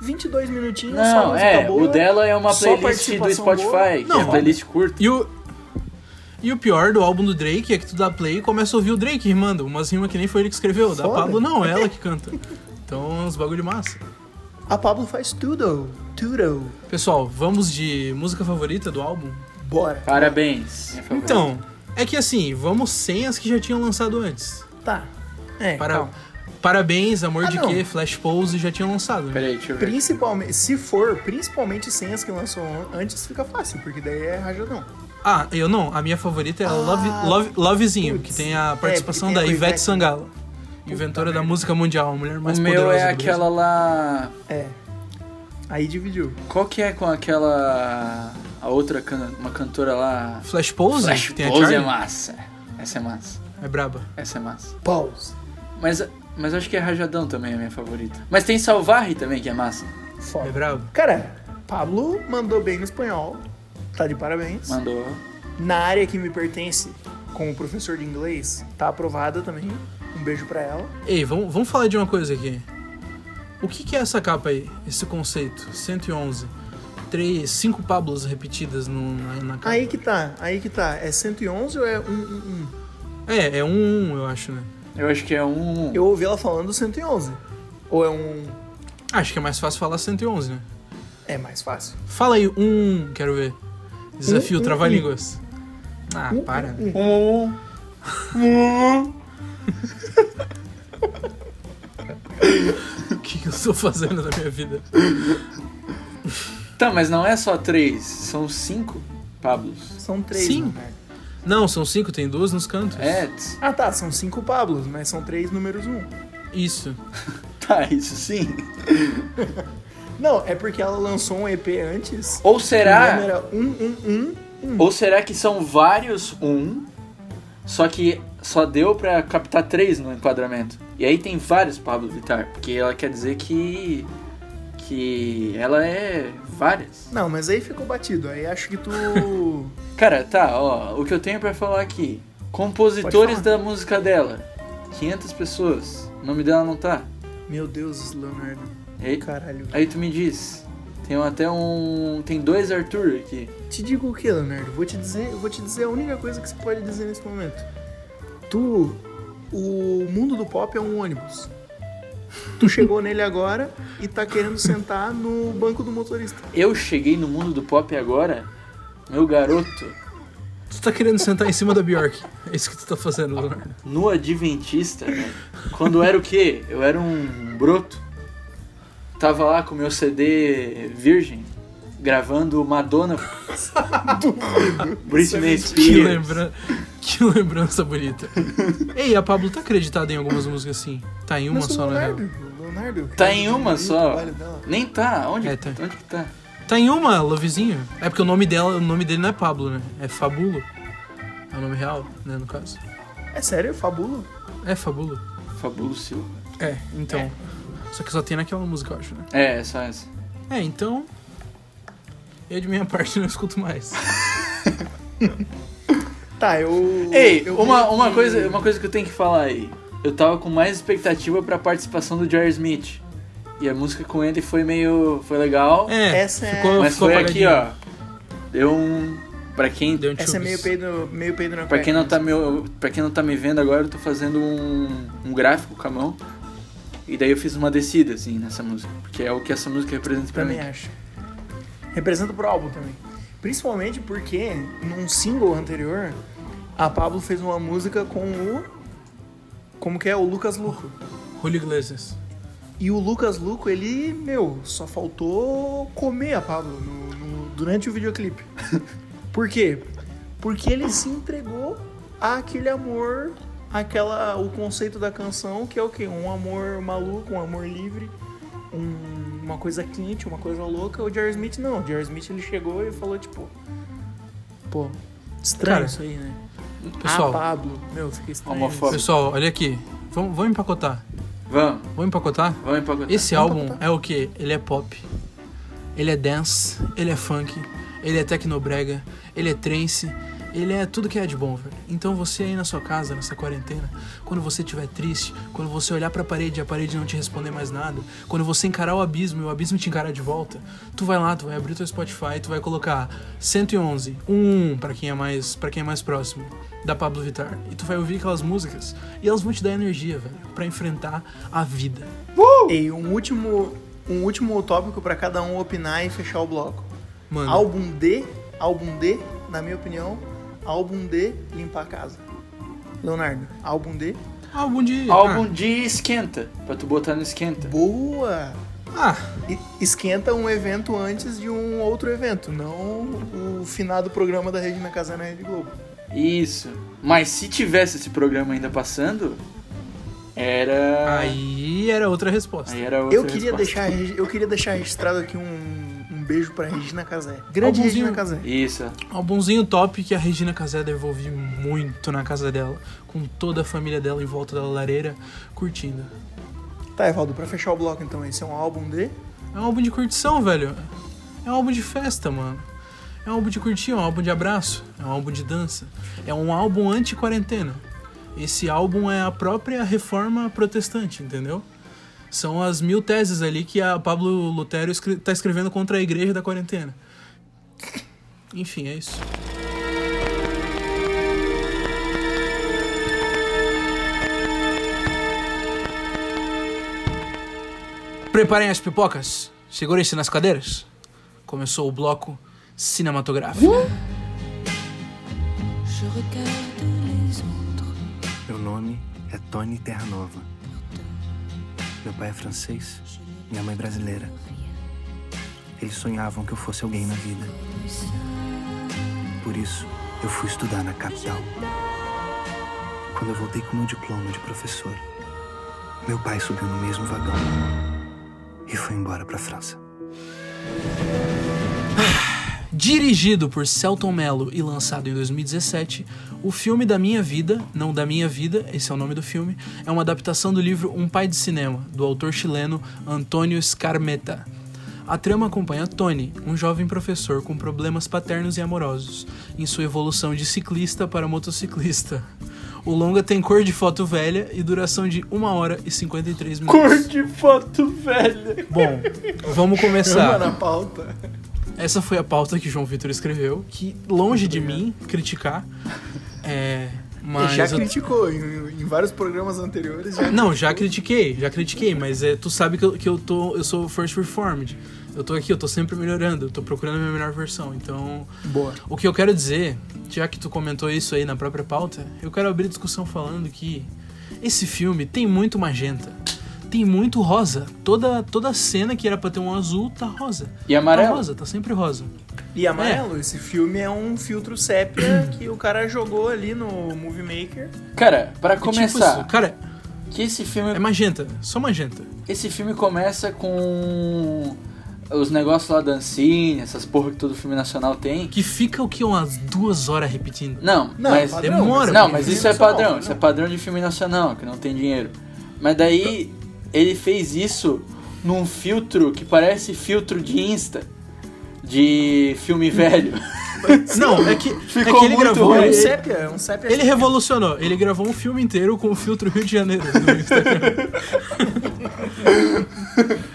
22 minutinhos só Não, música é, boa. o dela é uma só playlist do participação Spotify, que Não, é playlist curta. E o. E o pior do álbum do Drake é que tu dá play e começa a ouvir o Drake rimando. Umas rimas que nem foi ele que escreveu. Da Foda. Pablo não, é ela que canta. Então, uns bagulho massa. A Pablo faz tudo, tudo. Pessoal, vamos de música favorita do álbum? Bora. Parabéns. minha favorita. Então, é que assim, vamos sem as que já tinham lançado antes. Tá. É, Para- calma. Parabéns, Amor Ah, de não. Quê, Flash Pose já tinham lançado. né? Peraí, deixa eu ver. Principalmente, se for, principalmente sem as que lançou antes, fica fácil, porque daí é rajadão. Ah, eu não. A minha favorita é a Love, Ah, Love, Lovezinho, putz. que tem a É, participação porque da tem a Ivete, Ivete. Sangalo, inventora da música mundial, a mulher mais o poderosa meu é do Brasil. aquela lá. É. Aí dividiu. Qual que é com aquela. A outra can- uma cantora lá. Flash Pose, Flash que tem a Pose Charlie. é massa. Essa é massa. É braba. Essa é massa. Pause. Mas, mas acho que é Rajadão também a minha favorita. Mas tem Salvarre também, que é massa. É Foda. braba. Cara, Pablo mandou bem no espanhol. Tá de parabéns. Mandou. Na área que me pertence, como professor de inglês, tá aprovada também. Um beijo pra ela. Ei, vamos, vamos falar de uma coisa aqui. O que, que é essa capa aí? Esse conceito? 111. Três, cinco Pablos repetidas no, na, na capa. Aí que tá, aí que tá. É 111 ou é 111? É, é um, um, eu acho, né? Eu acho que é um. Eu ouvi ela falando 111. Ou é um. Acho que é mais fácil falar 111, né? É mais fácil. Fala aí, um, quero ver. Desafio, Um, um, trava-línguas. Ah, Um, para. né? Um. Um. O que, que eu estou fazendo na minha vida? Tá, mas não é só três, são cinco Pablos. São três. Sim. na verdade. Não, são cinco, tem duas nos cantos. É, tss, Ah tá, são cinco Pablos, mas são três números um. Isso. tá, isso sim. Não, é porque ela lançou um EP antes. Ou O nome será. era 111. Ou será que são vários um, só que só deu pra captar três no enquadramento? E aí tem vários Pablo Vittar, porque ela quer dizer que. que ela é várias. Não, mas aí ficou batido. Aí acho que tu. Cara, tá, ó, o que eu tenho pra falar aqui: compositores Pode falar. da música dela, 500 pessoas, o nome dela não tá. Meu Deus, Leonardo. E, Caralho. aí tu me diz. Tem até um. Tem dois Arthur aqui. Te digo o que, Leonardo? Vou te dizer, eu vou te dizer a única coisa que você pode dizer nesse momento. Tu, o mundo do pop é um ônibus. <laughs> Tu chegou nele agora e tá querendo sentar no banco do motorista. Eu cheguei no mundo do pop agora, meu garoto. Tu tá querendo sentar em cima da Bjork. É isso que tu tá fazendo, Leonardo. No né, Adventista, velho, quando eu era o quê? Eu era um broto. Tava lá com o meu CD virgem, gravando Madonna. Britney Que, Spears. lembra... que lembrança bonita. Ei, a Pablo tá acreditada em algumas músicas sim. Tá em uma Mas o só, na real. Leonardo, o Leonardo, Tá cara, em eu uma vi o só. trabalho dela. Nem tá. Onde, É, tá. onde que tá? Tá em uma, Lovezinho. É porque o nome dela, o nome dele não é Pablo, né? É Fabulo. É o nome real, né, no caso. É sério, Fabulo? É Fabulo. Fabulo Silva. É, então. Só que só tem naquela música, eu acho, né? É, é só essa. É, então. Eu de minha parte não <laughs> escuto mais. Tá, eu. Ei, eu uma, vi uma, que- coisa, uma coisa que eu tenho que falar aí. Eu tava com mais expectativa pra participação do Jerry Smith. E a música com ele foi meio. foi legal. É, Essa é- ficou, mas ficou foi aqui, apagadinho. ó. Deu um. Pra quem. Deu um Essa é chubis. meio peido, meio peido na Pra cueca. quem, não tá me, pra quem não tá me vendo agora, eu tô fazendo um, um gráfico com a mão. E daí eu fiz uma descida, assim, nessa música. Porque é o que essa música representa pra mim. Também acho. Representa pro álbum também. Principalmente porque num single anterior, a Pablo fez uma música com o. Como que é? O Lucas Luco. Julio Iglesias. E o Lucas Luco, ele, meu, só faltou comer a Pablo no- no- durante o videoclipe. <laughs> Por quê? Porque ele se entregou àquele amor, aquela, o conceito da canção, que é o quê? Um amor maluco, um amor livre, um- uma coisa quente, uma coisa louca. O Jerry Smith não. O Jerry Smith ele chegou e falou, tipo. Pô, estranho Cara, isso aí, né? ah, Pessoal, Pablo. Meu, fica estranho. Homofóbico. pessoal, olha aqui. Vamos, vamos empacotar. é. Vamos, Vamos empacotar? vamos empacotar. Esse álbum é o quê? Ele é pop, ele é dance, ele é funk, ele é tecnobrega, ele é trance, ele é tudo que é de bom, velho. Então você aí na sua casa, nessa quarentena, quando você estiver triste, quando você olhar pra parede e a parede não te responder mais nada, quando você encarar o abismo e o abismo te encarar de volta, tu vai lá, tu vai abrir o teu Spotify, tu vai colocar 111, 11 pra quem é mais, para quem é mais próximo, da Pablo Vittar, e tu vai ouvir aquelas músicas e elas vão te dar energia, velho, pra enfrentar a vida. E um último, um último tópico pra cada um opinar e fechar o bloco. Mano, Álbum D, álbum D, na minha opinião, álbum D, limpar a casa. Leonardo, álbum D. Álbum de. Álbum de esquenta, pra tu botar no esquenta. Boa! Ah, E- esquenta um evento antes de um outro evento, não o finado programa da Regina Casé na Rede Globo. Isso. Mas se tivesse esse programa ainda passando, era. ah, aí era outra resposta. Aí era outra Eu queria, resposta. deixar, regi- eu queria deixar registrado aqui um, um beijo pra Regina Casé. Grande Álbumzinho. Regina Casé. Isso. Albumzinho top que a Regina Casé deve ouvir muito na casa dela, com toda a família dela em volta da lareira, curtindo. Tá, Evaldo, pra fechar o bloco então, esse é um álbum D. É um álbum de curtição, velho. É um álbum de festa, mano. É um álbum de curtir, é um álbum de abraço, é um álbum de dança. É um álbum anti-quarentena. Esse álbum é a própria reforma protestante, entendeu? São as mil teses ali que a Pablo Lutero escre- tá escrevendo contra a igreja da quarentena. Enfim, é isso. Preparem as pipocas, segurem-se nas cadeiras. Começou o bloco cinematográfico. Je regarde les autres. Meu nome é Tony Terranova. Meu pai é francês, minha mãe brasileira. Eles sonhavam que eu fosse alguém na vida. Por isso, eu fui estudar na capital. Quando eu voltei com meu diploma de professor, meu pai subiu no mesmo vagão e foi embora para França. Dirigido por Celton Mello e lançado em 2017, o filme da minha vida, não da minha vida, esse é o nome do filme, é uma adaptação do livro Um Pai de Cinema, do autor chileno Antônio Scarmeta. A trama acompanha Tony, um jovem professor com problemas paternos e amorosos, em sua evolução de ciclista para motociclista. O longa tem cor de foto velha e duração de 1 hora e 53 minutos. Cor de foto velha. Bom, vamos começar. Chama na pauta. Essa foi a pauta que o João Vitor escreveu, que longe de mim criticar, é, mas... já eu- criticou em, em vários programas anteriores. Já Não, já critiquei, já critiquei, mas é, tu sabe que eu, que eu tô, eu sou first reformed. Eu tô aqui, eu tô sempre melhorando, eu tô procurando a minha melhor versão, então... Boa. O que eu quero dizer, já que tu comentou isso aí na própria pauta, eu quero abrir discussão falando que esse filme tem muito magenta. tem muito rosa. Toda, toda cena que era pra ter um azul tá rosa. E amarelo? Tá rosa, tá sempre rosa. E amarelo, esse filme é um filtro <clears throat> sépia que o cara jogou ali no Movie Maker. Cara, pra É tipo começar, isso. Cara, que esse filme é magenta, só magenta. Esse filme começa com os negócios lá da Ancine, essas porra que todo filme nacional tem. Que fica o que? Umas duas horas repetindo. Não, Não, mas padrão, demora. não, mas isso é nacional, padrão, padrão. isso é padrão de filme nacional que não tem dinheiro. Mas daí ele fez isso num filtro que parece filtro de Insta de filme velho. Não, é que, é Ficou que ele muito gravou. ruim. É um Ele, sépia, é um sépia. ele revolucionou. Ele gravou um filme inteiro com o filtro Rio de <laughs> Janeiro no Instagram.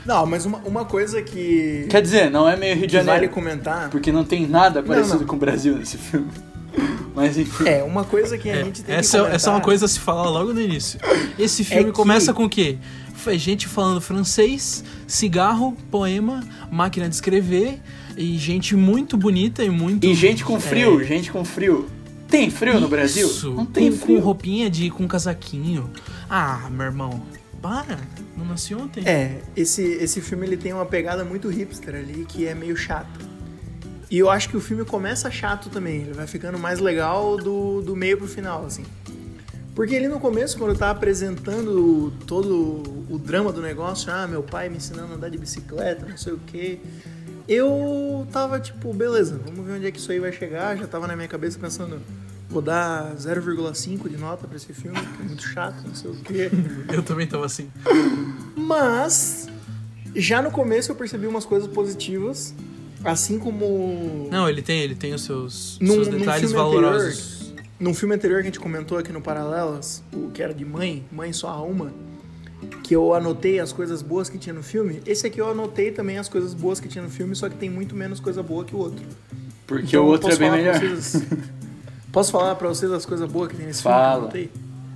Não, mas uma, uma coisa que, Quer dizer, não é meio Rio de que vale Janeiro, comentar... porque não tem nada parecido não. com o Brasil nesse filme. <laughs> Mas enfim, É, uma coisa que a gente tem É, que essa, comentar... essa é uma coisa a se falar logo no início. É Esse filme que- começa com o quê? Foi gente falando francês, cigarro, poema, máquina de escrever e gente muito bonita e muito. É, e gente com frio, É. gente com frio. Tem frio no Brasil? Isso, Não tem com, frio. com roupinha de. com casaquinho. Ah, meu irmão, para. Não nasci ontem. É, esse, esse filme ele tem uma pegada muito hipster ali, que é meio chato. E eu acho que o filme começa chato também, ele vai ficando mais legal do, do meio pro final, assim. Porque ele no começo, quando tá apresentando todo o drama do negócio, ah, meu pai me ensinando a andar de bicicleta, não sei o quê. Eu tava tipo, beleza, vamos ver onde é que isso aí vai chegar. Já tava na minha cabeça pensando, vou dar 0,5 de nota pra esse filme, que é muito chato, não sei o quê. Eu também tava assim. Mas já no começo eu percebi umas coisas positivas, assim como Não, ele tem, ele tem os seus, num- seus num detalhes filme valorosos. Anterior, num filme anterior que a gente comentou aqui no Paralelas, o que era de mãe, mãe só há uma, que eu anotei as coisas boas que tinha no filme. Esse aqui eu anotei também as coisas boas que tinha no filme, só que tem muito menos coisa boa que o outro. Porque Então, o outro é posso bem falar pra melhor. vocês- <laughs> posso falar pra vocês as coisas boas que tem nesse Fala. filme? que eu anotei?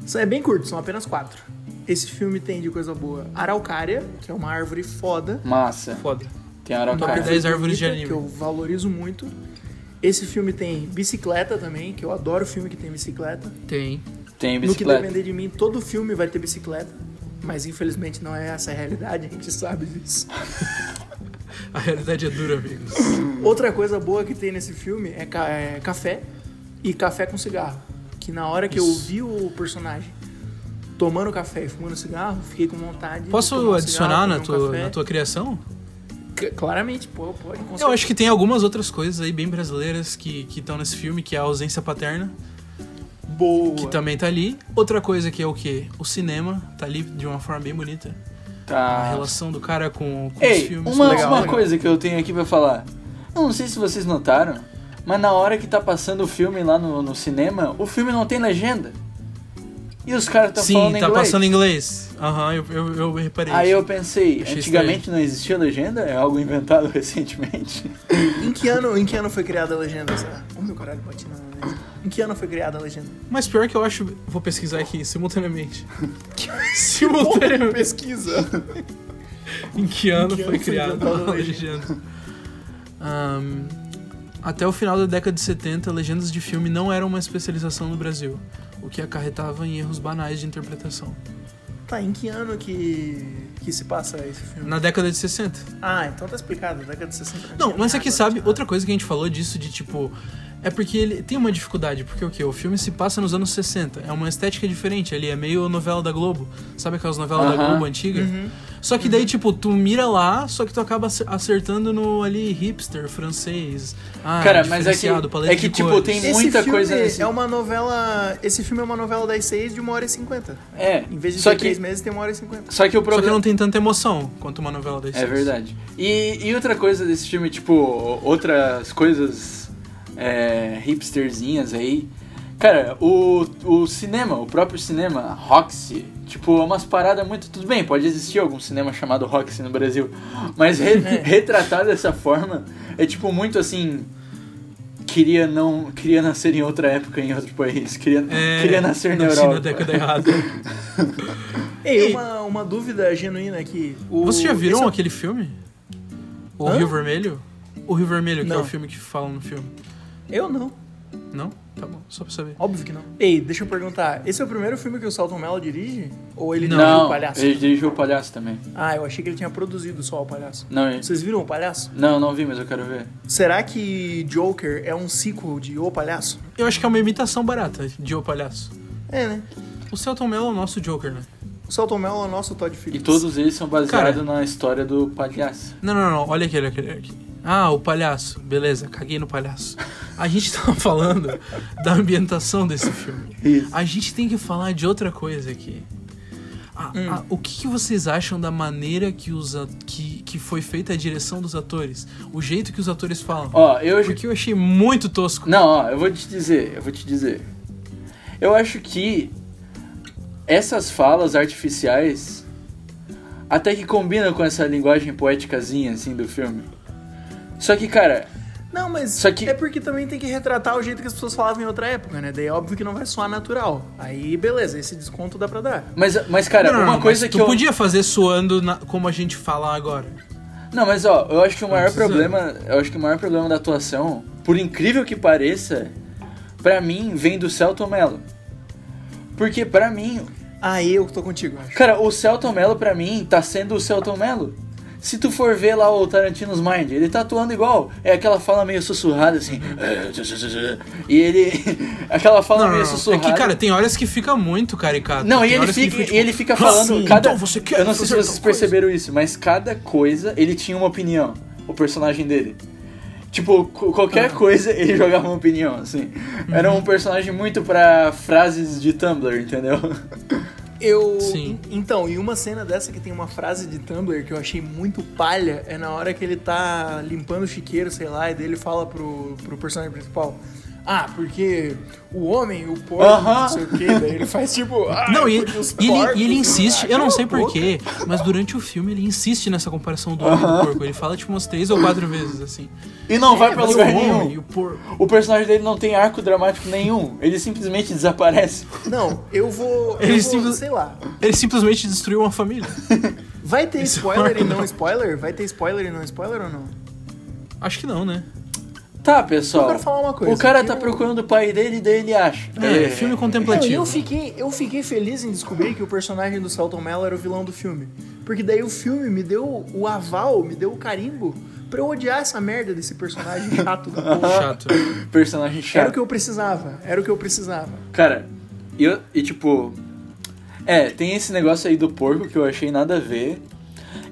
Isso é bem curto, são apenas quatro. Esse filme tem de coisa boa Araucária, que é uma árvore foda. Massa. Foda. Tem Então, Top araucária. 10 árvores de bonita, anime. é Que eu valorizo muito. Esse filme tem bicicleta também, que eu adoro filme que tem bicicleta. Tem. Tem No que bicicleta. depender de mim, todo filme vai ter bicicleta. Mas infelizmente não é essa a realidade, a gente sabe disso. A realidade é dura, amigos. Outra coisa boa que tem nesse filme é, ca- é café e café com cigarro. Que na hora que eu vi o personagem tomando café e fumando cigarro, fiquei com vontade. de tomar Posso um adicionar cigarro, na tomar um tua, café. na tua criação? C- Claramente, pô, pode. com Eu certeza. acho que tem algumas outras coisas aí bem brasileiras que estão nesse filme, que é a ausência paterna, boa. que também tá ali. Outra coisa que é o quê? O cinema tá ali de uma forma bem bonita. A Tá. relação do cara com, com os Ei, filmes. uma, legal, uma legal. coisa que eu tenho aqui pra falar. Eu não sei se vocês notaram, mas na hora que tá passando o filme lá no, no cinema, o filme não tem legenda. E os caras estão falando Sim, tá inglês. passando em inglês. Aham, eu, eu, eu reparei. Aí eu isso. pensei, Achei antigamente não existia legenda? É algo inventado <laughs> recentemente? Em que ano, em que ano foi criada a legenda? Será? Ô meu caralho, bati na mesa. Em que ano foi criada a <laughs> legenda? Mas pior que eu acho. Vou pesquisar aqui simultaneamente. simultaneamente. pesquisa. Em que ano Em que ano foi foi criada <laughs> inventada a a legenda? Ahn, até o final da década de 70, legendas de filme não eram uma especialização no Brasil, o que acarretava em erros banais de interpretação. Tá, em que ano que, que se passa esse filme? Na década de 60. Ah, então tá explicado, década de 60. Não, mas aqui aqui sabe, outra coisa que a gente falou disso de tipo. É porque ele tem uma dificuldade, porque o quê? O filme se passa nos anos 60. É uma estética diferente ali, é meio novela da Globo. Sabe aquelas novelas da Aham. Globo tá. antiga? Uhum. Só que Uhum. daí, tipo, tu mira lá, só que tu acaba acer- acertando no ali hipster, francês. Ah, Cara, mas é que- diferenciado, paleta é que, de tipo, cores. tem- Esse muita filme coisa nesse- é uma novela. Esse filme é uma novela das seis de uma hora e cinquenta. É. Em vez de só ter que, três meses, tem uma hora e cinquenta. Só que o Só que problema. não tem tanta emoção quanto uma novela das É verdade. E, e outra coisa desse filme, tipo, outras coisas é, hipsterzinhas aí. Cara, o, o cinema, o próprio cinema, Roxy, tipo, é umas paradas muito. Tudo bem, pode existir algum cinema chamado Roxy no Brasil, mas re- retratar dessa forma é, tipo, muito assim. Queria não. Queria nascer em outra época, em outro país. Queria, É, queria nascer na nasci Europa. na década <laughs> errada. Ei, uma, uma dúvida genuína aqui. O- Vocês já viram esse é- aquele filme? O Hã? Rio Vermelho? O Rio Vermelho, que é Não. o filme que falam no filme. Eu não. Não? Tá bom, só pra saber. Óbvio que não. Ei, deixa eu perguntar, esse é o primeiro filme que o Salton Mello dirige? Ou ele dirigiu Não, o Palhaço? ele dirigiu o Palhaço também. Ah, eu achei que ele tinha produzido só o Palhaço. Não, ele... Vocês viram o Palhaço? não, não vi, mas eu quero ver. Será que Joker é um sequel de O Palhaço? Eu acho que é uma imitação barata de O Palhaço. É, né? O Celton Mello é o nosso Joker, né? O Salton Mello é o nosso Todd E Phillips. todos eles são baseados Cara. na história do Palhaço. Não, não, não, olha aqui, olha aqui, olha aqui. Ah, o palhaço. Beleza, caguei no palhaço. A gente <laughs> tava falando da ambientação desse filme. Isso. A gente tem que falar de outra coisa aqui. A- a- o que, que vocês acham da maneira que, os a- que, que foi feita a direção dos atores? O jeito que os atores falam? Ó, eu Porque eu achei muito tosco. Não, ó, eu vou te dizer, eu vou te dizer. Eu acho que essas falas artificiais até que combinam com essa linguagem poéticazinha assim do filme. Só que, cara, Não, mas Só que- é porque também tem que retratar o jeito que as pessoas falavam em outra época, né? Daí é óbvio que não vai soar natural. Aí, beleza, esse desconto dá pra dar. mas mas cara, Não, não, uma não, coisa mas que tu eu podia fazer suando na- como a gente fala agora. Não, mas ó, eu acho que o maior precisa. problema, eu acho que o maior problema da atuação, por incrível que pareça, pra mim vem do Celton Mello. Porque pra mim, Aí eu que tô contigo, eu acho. Cara, o Celton Mello pra mim tá sendo o Celton Mello. Se tu for ver lá o Tarantino's Mind, ele tá atuando igual. É aquela fala meio sussurrada assim. E ele. <laughs> aquela fala meio sussurrada. É que, cara, tem horas que fica muito caricato. Não, e Tem ele horas que fica, tipo, e ele fica "Ah, falando. sim, cada, então você quer eu não sei se fazer vocês tal coisa?" perceberam isso, mas cada coisa ele tinha uma opinião. O personagem dele. Tipo, co- qualquer coisa ele <laughs> jogava uma opinião, assim. Era Uhum. um personagem muito pra frases de Tumblr, entendeu? Eu. Sim. Então, e uma cena dessa que tem uma frase de Tumblr que eu achei muito palha é na hora que ele tá limpando o chiqueiro, sei lá, e daí ele fala pro, pro personagem principal. Ah, porque o homem, o porco, Aham. não sei o quê, daí ele faz tipo. "Ah, Não, e, porque os e ele, porcos", e ele insiste, eu não sei cala a boca. porquê, mas durante o filme ele insiste nessa comparação do homem e do porco. Ele fala tipo umas três ou quatro vezes assim. E não vai pra Mas lugar o nenhum. homem e o porco. O personagem dele não tem arco dramático nenhum. Ele simplesmente desaparece. tipo, Não, eu vou. Eu Ele vou, simples- sei lá. Ele simplesmente destruiu uma família. Vai ter spoiler é e não spoiler? Vai ter spoiler e não spoiler ou não? Acho que não, né? Tá, pessoal. Eu quero falar uma coisa, O cara que tá eu- procurando o pai dele e daí ele acha. É, filme Não, e contemplativo. eu fiquei, eu fiquei feliz em descobrir que o personagem do Salton Mello era o vilão do filme. Porque daí o filme me deu o aval, me deu o carimbo pra eu odiar essa merda desse personagem chato do porra. <laughs> Chato. né? Personagem Era o chato. que eu precisava, era o que eu precisava. Cara, e, eu, e tipo. É, tem esse negócio aí do porco que eu achei nada a ver.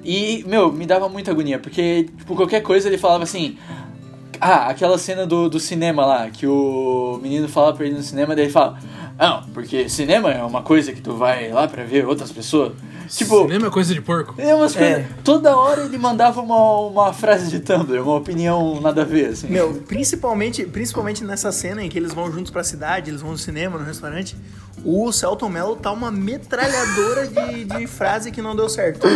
E, meu, me dava muita agonia, porque, tipo, qualquer coisa ele falava assim. Ah, aquela cena do, do cinema lá, que o menino fala pra ele no cinema, daí ele fala. Não, porque cinema é uma coisa que tu vai lá pra ver outras pessoas. Tipo, Cinema é coisa de porco. É umas coisas. É. Toda hora ele mandava uma, uma frase de Tumblr, uma opinião nada a ver, assim. Meu, principalmente, principalmente nessa cena em que eles vão juntos pra cidade, eles vão no cinema, no restaurante, o Celton Mello tá uma metralhadora de, de frase que não deu certo.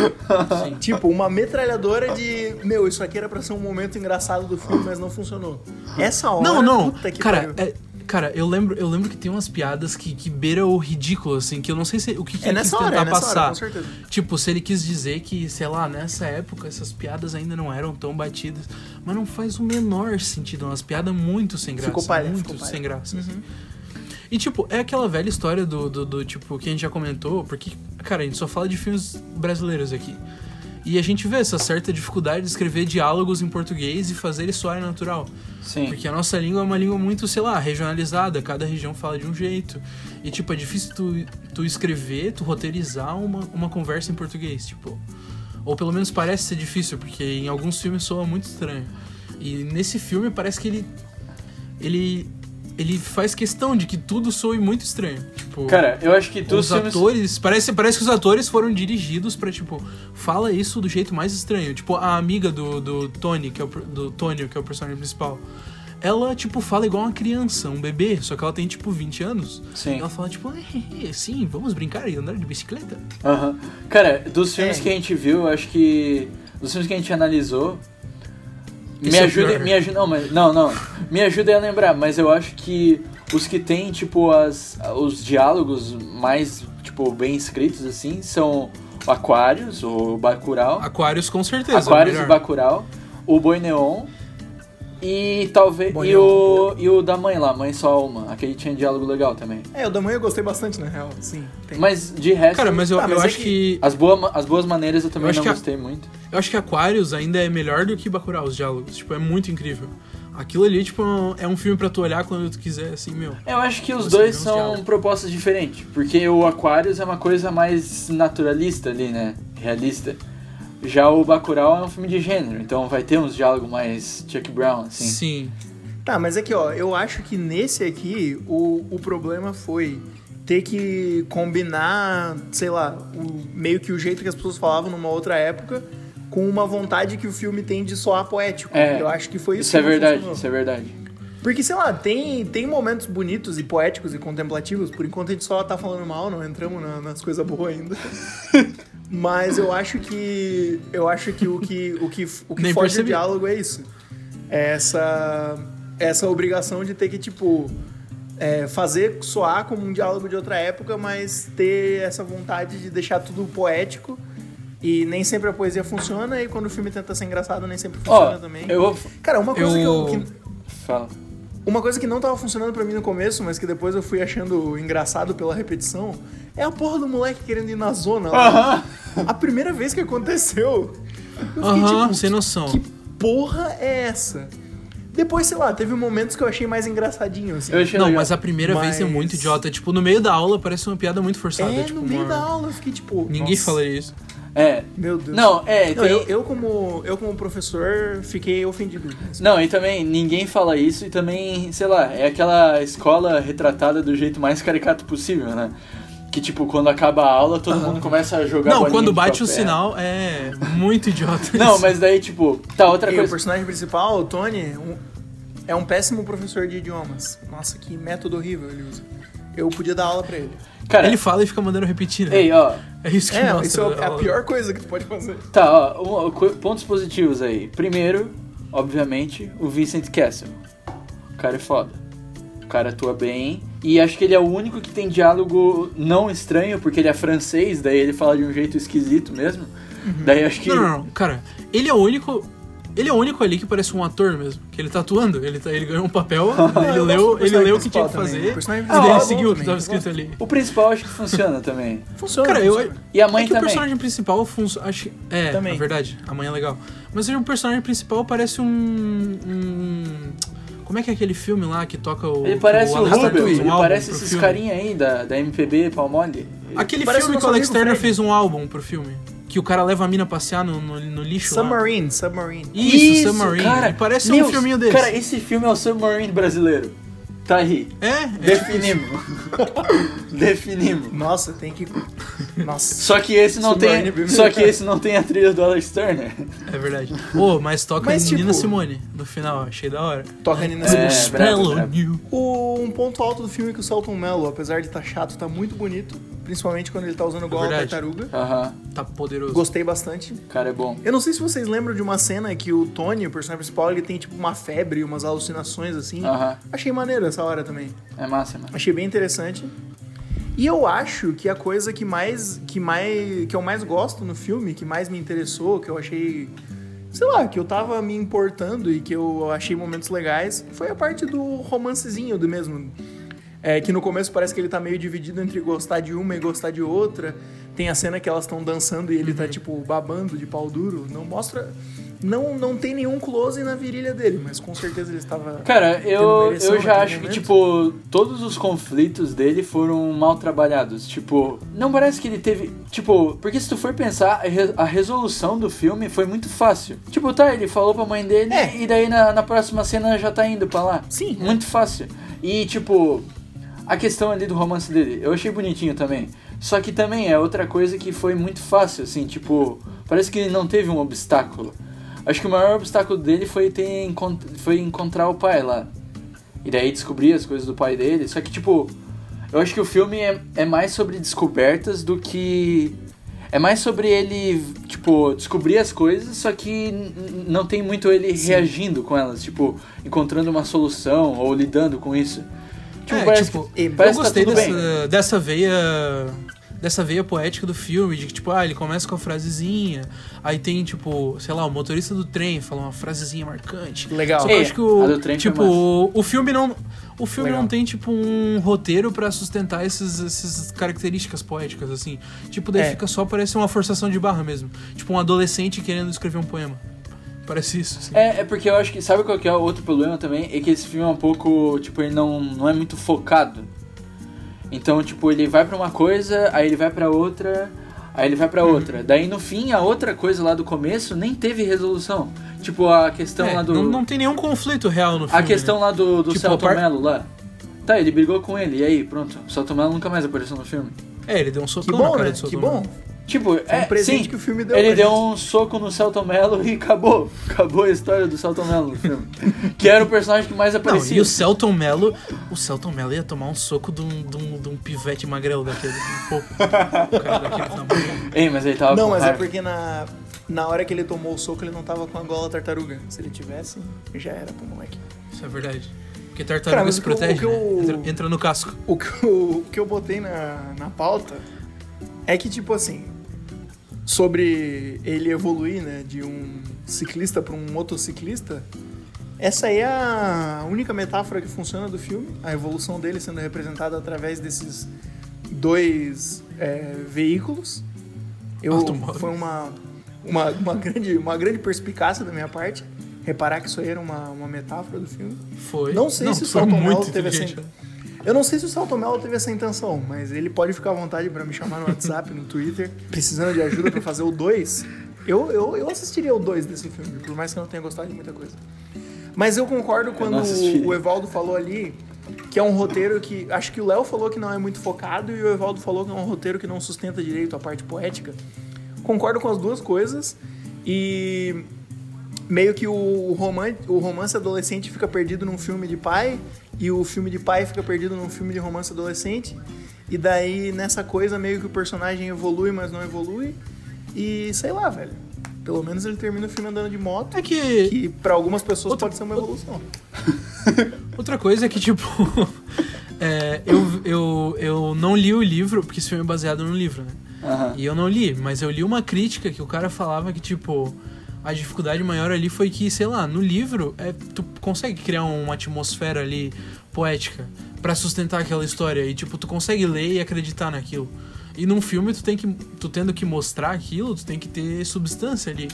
Tipo, uma metralhadora de. Meu, isso aqui era pra ser um momento engraçado do filme, mas não funcionou. Essa hora. Não, não. puta que Cara, pariu. é- cara, eu lembro, eu lembro que tem umas piadas que, que beira o ridículo, assim, que eu não sei se o que, que É ele nessa quis tentar hora, é nessa passar. hora, com certeza. Tipo, se ele quis dizer que, sei lá, nessa época essas piadas ainda não eram tão batidas. Mas não faz o menor sentido. É umas piadas muito sem graça. Ficou palha, muito ficou palha. Uhum. sem graça. assim. E, tipo, é aquela velha história do, do, do, tipo, que a gente já comentou, porque, cara, a gente só fala de filmes brasileiros aqui. E a gente vê essa certa dificuldade de escrever diálogos em português e fazer eles soarem natural. Sim. Porque a nossa língua é uma língua muito, sei lá, regionalizada, cada região fala de um jeito. E, tipo, é difícil tu, tu escrever, tu roteirizar uma, uma conversa em português, tipo. Ou pelo menos parece ser difícil, porque em alguns filmes soa muito estranho. E nesse filme parece que ele. Ele. Ele faz questão de que tudo soe muito estranho. Tipo. Cara, eu acho que todos Os os filmes. atores, parece, parece que os atores foram dirigidos pra, tipo, fala isso do jeito mais estranho. Tipo, a amiga do, do Tony, que é o, per- do Tony, que é o personagem principal, ela, tipo, fala igual uma criança, um bebê, só que ela tem, tipo, 20 anos. Sim. E ela fala, tipo, "Eh, eh, sim, vamos brincar e andar de bicicleta. Aham. Cara, dos filmes É. que a gente viu, eu acho que. Dos filmes que a gente analisou. Esse me é o ajuda. pior. me ajuda. Não, mas, não, não. Me ajuda a lembrar, mas eu acho que os que tem, tipo, as, os diálogos mais, tipo, bem escritos, assim, são o Aquarius, o Bacurau. Aquarius, com certeza. é o Aquarius e melhor. Bacurau. O Boi Neon. E talvez. Bom, E o, e o da mãe lá, mãe só alma. Aquele tinha diálogo legal também. É, o da mãe eu gostei bastante, na real. Sim, tem. Mas de resto. Cara, mas eu, Tá, mas eu é acho que... As, boa, ma- as boas maneiras eu também Eu acho não que a- gostei muito. Eu acho que Aquarius ainda é melhor do que Bacurau, os diálogos. Tipo, é muito incrível. Aquilo ali, tipo, é um filme pra tu olhar quando tu quiser, assim, meu. Eu acho que os Você dois vê uns são diálogos. propostas diferentes, porque o Aquarius é uma coisa mais naturalista ali, né? Realista. Já o Bacurau é um filme de gênero, então vai ter uns diálogos mais Chuck Brown, assim. Sim. Tá, mas aqui, ó, eu acho que nesse aqui o, o problema foi ter que combinar, sei lá, o- meio que o jeito que as pessoas falavam numa outra época com uma vontade que o filme tem de soar poético. É, eu acho que foi isso. Isso é que não verdade, funcionou. isso é verdade. Porque, sei lá, tem, tem momentos bonitos e poéticos e contemplativos, por enquanto a gente só tá falando mal, não entramos na- nas coisas boas <laughs> ainda. Mas eu acho que. Eu acho que o que, o que, o que Nem foge do percebi. diálogo é isso. É essa, essa obrigação de ter que, tipo, é, fazer soar como um diálogo de outra época, mas ter essa vontade de deixar tudo poético. E nem sempre a poesia funciona, e quando o filme tenta ser engraçado, nem sempre funciona Ó, também. eu vou. Cara, uma coisa que eu- que, eu- Fala. uma coisa que não tava funcionando pra mim no começo, mas que depois eu fui achando engraçado pela repetição, é a porra do moleque querendo ir na zona Ah. lá. Aham! A primeira vez que aconteceu. eu fiquei, Aham, tipo, sem que- noção. Que porra é essa? Depois, sei lá, teve momentos que eu achei mais engraçadinho, assim. Eu achei Não, legal. mas a primeira vez é Mas- muito idiota. Tipo, no meio da aula parece uma piada muito forçada. É, tipo, no meio uma- da aula eu fiquei tipo. Ninguém nossa, falaria isso. É. Meu Deus. Não, é, Não, tem- eu, eu como, eu, como professor, fiquei ofendido. Assim, Não, e também ninguém fala isso e também, sei lá, é aquela escola retratada do jeito mais caricato possível, né? Que tipo, quando acaba a aula, todo mundo começa a jogar Não, bolinha quando de bate o papel. sinal é muito idiota. isso. Não, mas daí tipo, tá outra E o coisa. personagem principal, o Tony, um- é um péssimo professor de idiomas. Nossa, que método horrível ele usa. Eu podia dar aula pra ele. Cara, Ele fala e fica mandando repetir, né? ei, ó, É isso que É, mostra isso é a a aula. pior coisa que tu pode fazer. tá, ó, um- co- pontos positivos aí. Primeiro, obviamente, o Vincent Castle. O cara é foda. O cara atua bem. E acho que ele é o único que tem diálogo não estranho, porque ele é francês, daí ele fala de um jeito esquisito mesmo. Daí acho que. Uhum. Não, não, não, cara, ele é o único. Ele é o único ali que parece um ator mesmo, que ele tá atuando, ele, tá- ele ganhou um <laughs> papel, ele eu gosto do leu, ele personagem leu o que principal tinha que também, o fazer, personagem e principal daí é ele bom seguiu o que também, tava eu escrito ali. O principal acho que funciona <laughs> também. Funciona. Cara, eu- funciona. E a É mãe que o também. personagem principal funciona. Acho... que- É, Também. é verdade. Amanhã é legal. Mas o personagem principal parece um. um- Como é que é aquele filme lá que toca o. Ele parece o o Alex Rubio, Turner fez um ele álbum parece pro esses filme? carinha aí da, da MPB Palmole. Aquele Parece o filme que nosso o Alex amigo Turner Fred. fez um álbum pro filme. Que o cara leva a mina a passear no, no, no lixo. lá. Submarine, Submarine. Isso, Submarine. Cara, Ele parece meu, um filminho desse. Cara, esse filme é o Submarine brasileiro. Tá aí. É? é tipo isso. Definimos. <laughs> Definimos. Nossa, tem que. Nossa. Só que esse não Submarine tem. primeiro. Só que esse não tem a trilha do Alex Turner. É verdade. Ô, mas toca Mas, Nina tipo- Simone no final, achei da hora. Toca Nina É, Simone. brabo, Spell on brabo. you. O- Um ponto alto do filme é que o Celton Mello, apesar de estar chato, tá muito bonito. Principalmente quando ele tá usando igual a verdade. tartaruga. Aham, Tá poderoso. Gostei bastante. o cara é bom. Eu não sei se vocês lembram de uma cena que o Tony, o personagem principal, ele tem tipo uma febre, umas alucinações assim. Aham, Achei maneiro essa hora também. é massa, mano. Achei bem interessante. E eu acho que a coisa que mais que mais que eu mais gosto no filme, que mais me interessou, que eu achei, sei lá, que eu tava me importando e que eu achei momentos legais, foi a parte do romancezinho do mesmo. É, que no começo parece que ele tá meio dividido entre gostar de uma e gostar de outra. Tem a cena que elas estão dançando e ele Uhum. tá tipo babando de pau duro, não mostra não não tem nenhum close na virilha dele, mas com certeza ele estava Cara, tendo uma eu, ereção eu já naquele acho que, momento. tipo, todos os conflitos dele foram mal trabalhados. Tipo, não parece que ele teve. Tipo, porque se tu for pensar, a re- a resolução do filme foi muito fácil. Tipo, tá, ele falou pra mãe dele É. e daí na, na próxima cena já tá indo pra lá. Sim. Muito fácil. E, tipo, a questão ali do romance dele, eu achei bonitinho também. Só que também é outra coisa que foi muito fácil, assim, tipo, parece que não teve um obstáculo. Acho que o maior obstáculo dele foi, ter encont foi encontrar o pai lá. E daí descobrir as coisas do pai dele. Só que, tipo, eu acho que o filme é, é mais sobre descobertas do que. É mais sobre ele, tipo, descobrir as coisas, só que n- n- não tem muito ele reagindo com elas, tipo, encontrando uma solução ou lidando com isso. Tipo, É, parece tipo, que, eu parece eu que tá gostei tudo bem. dessa, dessa veia dessa veia poética do filme, de que, tipo, ah, ele começa com a frasezinha, aí tem, tipo, sei lá, o motorista do trem fala uma frasezinha marcante. Legal. Só que eu É, acho que a do trem o, foi tipo, massa. o- o filme não... O filme Legal. não tem, tipo, um roteiro pra sustentar esses, essas características poéticas, assim. Tipo, daí É. fica só, parece uma forçação de barra mesmo. Tipo, um adolescente querendo escrever um poema. Parece isso, assim. É, é porque eu acho que. Sabe qual que é o outro problema também? É que esse filme é um pouco. Tipo, ele não, não é muito focado. Então, tipo, ele vai pra uma coisa, aí ele vai pra outra, aí ele vai pra Uhum. outra. Daí no fim, a outra coisa lá do começo nem teve resolução. Tipo, a questão É, lá do. não, não tem nenhum conflito real no filme. né? A questão lá do, do Tipo, Celto a par- Mello lá. Tá, ele brigou com ele, e aí, pronto. O Celto Mello nunca mais apareceu no filme. Né? É, ele deu um Que socão na bom, cara né? de Sodoma. Que bom. Tipo, Foi é, um presente sim, que o filme deu Ele pra deu gente. um soco no Celton Mello e acabou. <laughs> Acabou a história do Celton Mello no filme. que era o personagem que mais Não, aparecia. e o Celton Mello, o Celton Mello ia tomar um soco de um, de um, de um pivete magrelo daquele. Pô, o um cara daquele tamanho. Ei, mas ele tava Não, com mas é raiva. porque na, na hora que ele tomou o soco, ele não tava com a gola tartaruga. Se ele tivesse, já era pro moleque. Isso é verdade. Porque tartaruga Cara, mas se o que eu- protege, o que eu- né? entra, entra no casco. O que eu, o que eu botei na, na pauta é que, tipo assim, sobre ele evoluir, né, de um ciclista para um motociclista, essa aí é a única metáfora que funciona do filme, a evolução dele sendo representada através desses dois é, veículos. Eu, Automóveis. foi uma, uma, uma, grande, uma grande perspicácia da minha parte reparar que isso aí era uma, uma metáfora do filme. Foi. Não sei se o foi Celton muito Mello teve assim. essa inteligente. intenção. Eu não sei se o Celton Mello teve essa intenção, mas ele pode ficar à vontade pra me chamar no WhatsApp, no Twitter, precisando de ajuda pra fazer o 2. Eu, eu, eu assistiria o 2 desse filme, por mais que eu não tenha gostado de muita coisa. Mas eu concordo quando não assistiria. o Evaldo falou ali que é um roteiro que. Acho que o Léo falou que não é muito focado e o Evaldo falou que é um roteiro que não sustenta direito a parte poética. Concordo com as duas coisas e meio que o romance, o romance adolescente fica perdido num filme de pai e o filme de pai fica perdido num filme de romance adolescente. E daí nessa coisa meio que o personagem evolui, mas não evolui. E sei lá, velho. Pelo menos ele termina o filme andando de moto, É que que pra algumas pessoas Outra- pode ser uma evolução. Outra coisa é que, tipo, <laughs> é, eu, eu, eu não li o livro, porque esse filme é baseado num livro, né? Aham. E eu não li, mas eu li uma crítica que o cara falava que, tipo, a dificuldade maior ali foi que, sei lá, no livro é, tu consegue criar uma atmosfera ali poética pra sustentar aquela história. E, tipo, tu consegue ler e acreditar naquilo. E num filme tu tem que. Tu tendo que mostrar aquilo, tu tem que ter substância ali.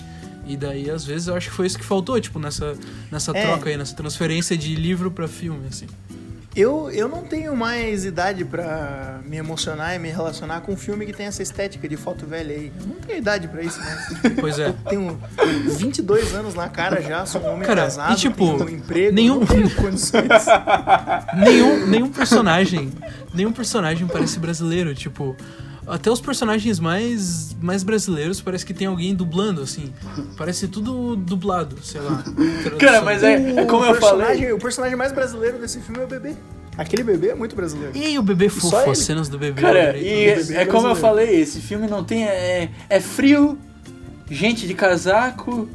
E daí, às vezes, eu acho que foi isso que faltou, tipo, nessa, nessa É. troca aí, nessa transferência de livro pra filme, assim. Eu, eu não tenho mais idade pra me emocionar e me relacionar com um filme que tem essa estética de foto velha aí. Eu não tenho idade pra isso, né? Pois é. Tenho 22 anos na cara já, sou um homem Cara, casado, e tipo, tenho um emprego, nenhum- não tenho <laughs> condições. nenhum, nenhum personagem. Nenhum personagem parece brasileiro, tipo. Até os personagens mais, mais brasileiros parece que tem alguém dublando, assim. Parece tudo dublado, sei lá. <laughs> Cara, mas é, é como eu personagem- falei. O personagem mais brasileiro desse filme é o bebê. Aquele bebê é muito brasileiro. E aí, o bebê fofo, ele. as cenas do bebê. Cara, né? e bebê é como eu brasileiro. falei, esse filme não tem. É, é frio, gente de casaco,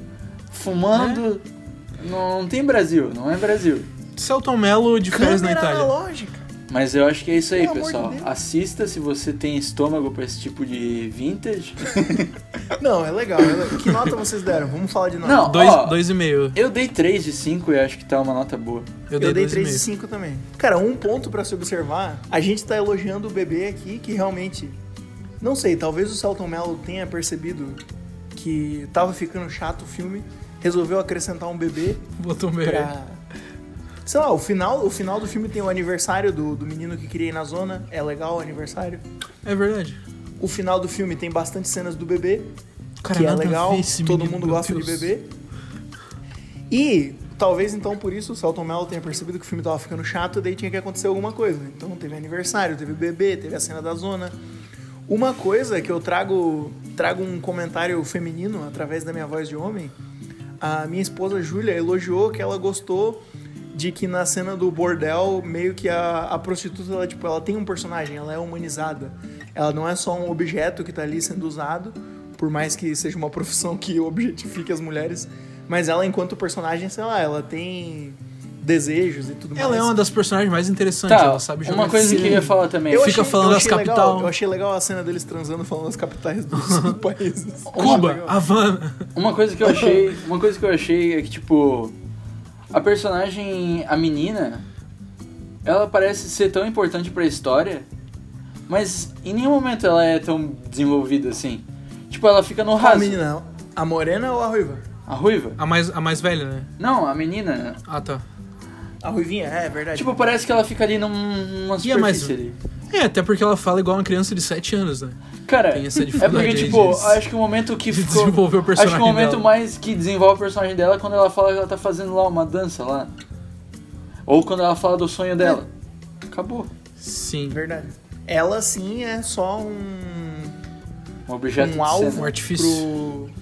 fumando. É? Não, não tem Brasil, não é Brasil. Celton Mello de férias na Câmera Itália. analógica. Mas eu acho que é isso aí, Pelo amor pessoal. de Deus. Assista se você tem estômago pra esse tipo de vintage. Não, é legal. é legal. Que nota vocês deram? Vamos falar de nota. Não, Dois, ó, dois e meio. Eu dei 3 de 5 e acho que tá uma nota boa. Eu Eu, dei dois e meio. 3,5 também. Cara, um ponto pra se observar, a gente tá elogiando o bebê aqui, que realmente... Não sei, talvez o Celton Mello tenha percebido que tava ficando chato o filme, resolveu acrescentar um bebê Botou meio. pra... <laughs> Sei lá, o final, o final do filme tem o aniversário do, do menino que queria ir na zona. É legal o aniversário. É verdade. O final do filme tem bastante cenas do bebê, Cara, que é nada a legal, ver esse todo menino, mundo meu gosta de Deus. bebê. E talvez então por isso o Celton Mello tenha percebido que o filme tava ficando chato, daí tinha que acontecer alguma coisa. Então teve aniversário, teve bebê, teve a cena da zona. Uma coisa que eu trago, trago um comentário feminino através da minha voz de homem, a minha esposa Júlia elogiou que ela gostou de que na cena do bordel, meio que a, a prostituta, ela, tipo, ela tem um personagem, ela é humanizada. Ela não é só um objeto que tá ali sendo usado, por mais que seja uma <laughs> profissão que objetifique as mulheres, mas ela, enquanto personagem, sei lá, ela tem desejos e tudo mais. Ela é uma das personagens mais interessantes, Tá, ela sabe jogar. uma coisa que eu ia falar também. Eu fica achei- falando eu das achei legal- capital. eu achei legal a cena deles transando falando as capitais <laughs> dos dos países. Cuba, Havana. Uma coisa <laughs> que eu achei, uma coisa que eu achei é que tipo a personagem, a menina, ela parece ser tão importante pra história, mas em nenhum momento ela é tão desenvolvida assim. Tipo, ela fica no A raso. menina, a morena ou a ruiva? A ruiva? A mais, a mais velha, né? Não, a menina. Ah, tá. A ruivinha, é, é verdade. Tipo, parece que ela fica ali num, numa E a mais- superfície ali. É, até porque ela fala igual uma criança de 7 anos, né? Cara, Tem essa é dificuldade porque, aí tipo, de- acho que o momento que de ficou. desenvolver o acho personagem que o momento dela. mais que desenvolve o personagem dela é quando ela fala que ela tá fazendo lá uma dança lá. Ou quando ela fala do sonho dela. Acabou. Sim. Verdade. Ela sim é só um, Um objeto um de alvo Um cena. artifício.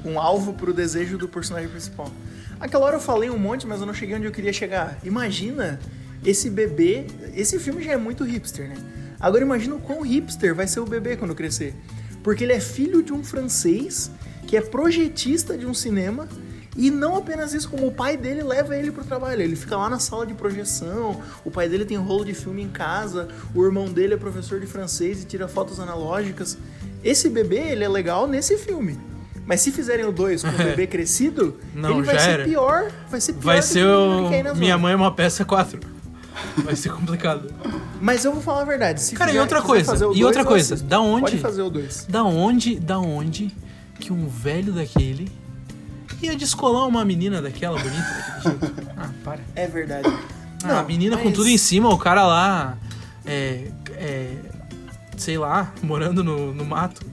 Pro, um alvo pro desejo do personagem principal. Aquela hora eu falei um monte, mas eu não cheguei onde eu queria chegar. Imagina esse bebê. Esse filme já é muito hipster, né? Agora imagina o quão hipster vai ser o bebê quando crescer. Porque ele é filho de um francês que é projetista de um cinema. E não apenas isso, como o pai dele leva ele pro trabalho. Ele fica lá na sala de projeção, o pai dele tem rolo de filme em casa, o irmão dele é professor de francês e tira fotos analógicas. Esse bebê, ele é legal nesse filme. Mas se fizerem o 2 com o <laughs> bebê crescido, Não, ele vai já ser era. pior. Vai ser pior Vai do que ser o Menino que Cai o... nas Minha Mãos. Mãe é uma peça 4. Vai ser complicado. Mas eu vou falar a verdade. Se Cara, e fizer- outra quiser coisa, fazer o e dois, outra eu coisa, assisto. da onde- Pode fazer o 2. Da onde, da onde que um velho daquele ia descolar uma menina daquela bonita <laughs> daquele jeito? Ah, para. É verdade. Ah, a menina com mas- tudo em cima, o cara lá. É. é sei lá, morando no, no mato.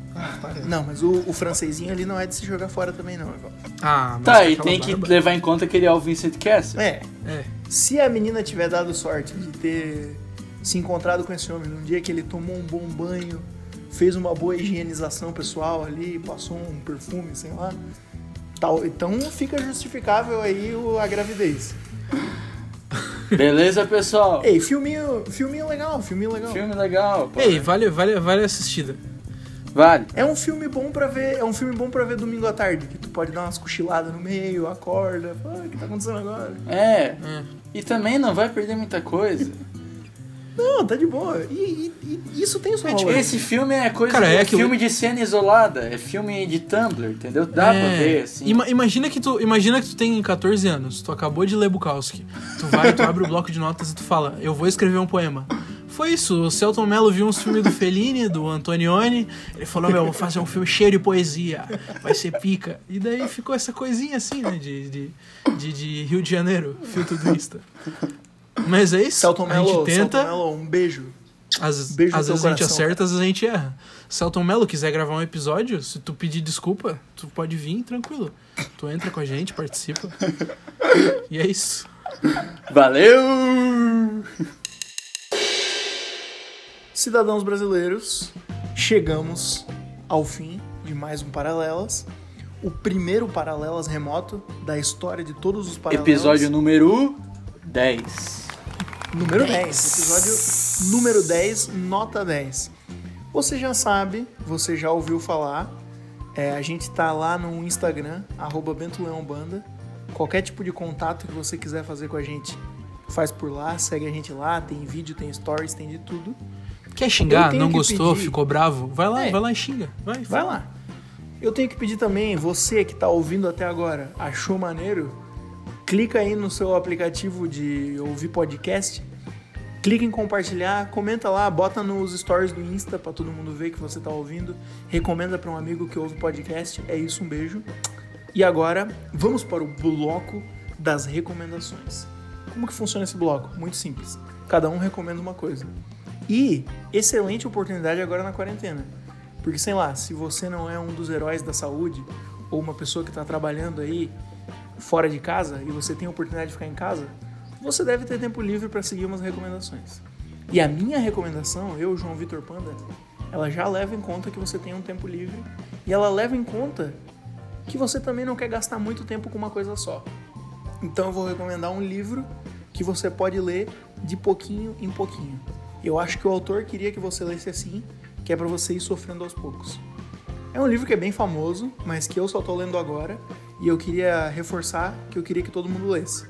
Não, mas o, o francesinho ali não é de se jogar fora também, não, Evaldo. Ah, mas Tá, e aquela tem que barba- levar em conta que ele é o Vincent <laughs> Cassel. É, É. Se a menina tiver dado sorte de ter se encontrado com esse homem num dia que ele tomou um bom banho, fez uma boa higienização pessoal ali, passou um perfume, sei lá, tal, então fica justificável aí o- a gravidez. Beleza, pessoal? Ei, filminho, filminho legal, filminho legal. Filme legal, pô. Ei, vale, vale, vale a assistida. Vale. É um filme bom pra ver, é um filme bom para ver domingo à tarde, que tu pode dar umas cochiladas no meio, acorda, fala, "Ah, o que tá acontecendo agora? É. É. E também não vai perder muita coisa. Não, tá de boa. E, e- e isso tem sua valor. Esse filme é coisa Cara, de, é é aquilo- filme de cena isolada, é filme de Tumblr, entendeu? Dá pra É. ver, assim. Ima- imagina, que tu, imagina que tu tem 14 anos, tu acabou de ler Bukowski. Tu vai, tu abre o bloco de notas e tu fala, eu vou escrever um poema. Foi isso, o Celton Mello viu uns filmes do Fellini, do Antonioni, ele falou, meu, eu vou fazer um filme cheio de poesia, vai ser pica. E daí ficou essa coisinha assim, né, de, de, de, de Rio de Janeiro, filtro do Insta. Mas é isso, Celton a gente Mello, tenta, Celton Mello, um beijo. às, Beijo no às teu vezes a gente coração, acerta, cara. às vezes a gente erra. Celton Mello quiser gravar um episódio, se tu pedir desculpa, tu pode vir tranquilo. Tu entra com a gente, participa. E é isso. Valeu! Cidadãos brasileiros, chegamos ao fim de mais um Paralelas. O primeiro Paralelas remoto da história de todos os Paralelas. Episódio número 10. número 10. Episódio número 10, nota 10. Você já sabe, você já ouviu falar. é, a gente tá lá no Instagram, arroba Bento Leão Banda. Qualquer tipo de contato que você quiser fazer com a gente, faz por lá, segue a gente lá. Tem vídeo, tem stories, tem de tudo. Quer Eu xingar? tenho Não que gostou? pedir. Ficou bravo? Vai lá, É. vai lá e xinga. Vai, Vai fala. lá. Eu tenho que pedir também, você que tá ouvindo até agora, achou maneiro? Clica aí no seu aplicativo de ouvir podcast, clica em compartilhar, comenta lá, bota nos stories do Insta pra todo mundo ver que você tá ouvindo, recomenda pra um amigo que ouve podcast. É isso, um beijo. E agora, vamos para o bloco das recomendações. Como que funciona esse bloco? Muito simples. Cada um recomenda uma coisa. E excelente oportunidade agora na quarentena. Porque, sei lá, se você não é um dos heróis da saúde ou uma pessoa que está trabalhando aí fora de casa e você tem a oportunidade de ficar em casa, você deve ter tempo livre para seguir umas recomendações. E a minha recomendação, eu, João Vitor Panda, ela já leva em conta que você tem um tempo livre e ela leva em conta que você também não quer gastar muito tempo com uma coisa só. Então eu vou recomendar um livro que você pode ler de pouquinho em pouquinho. Eu acho que o autor queria que você lesse assim, que é para você ir sofrendo aos poucos. É um livro que é bem famoso, mas que eu só tô lendo agora e eu queria reforçar que eu queria que todo mundo lesse.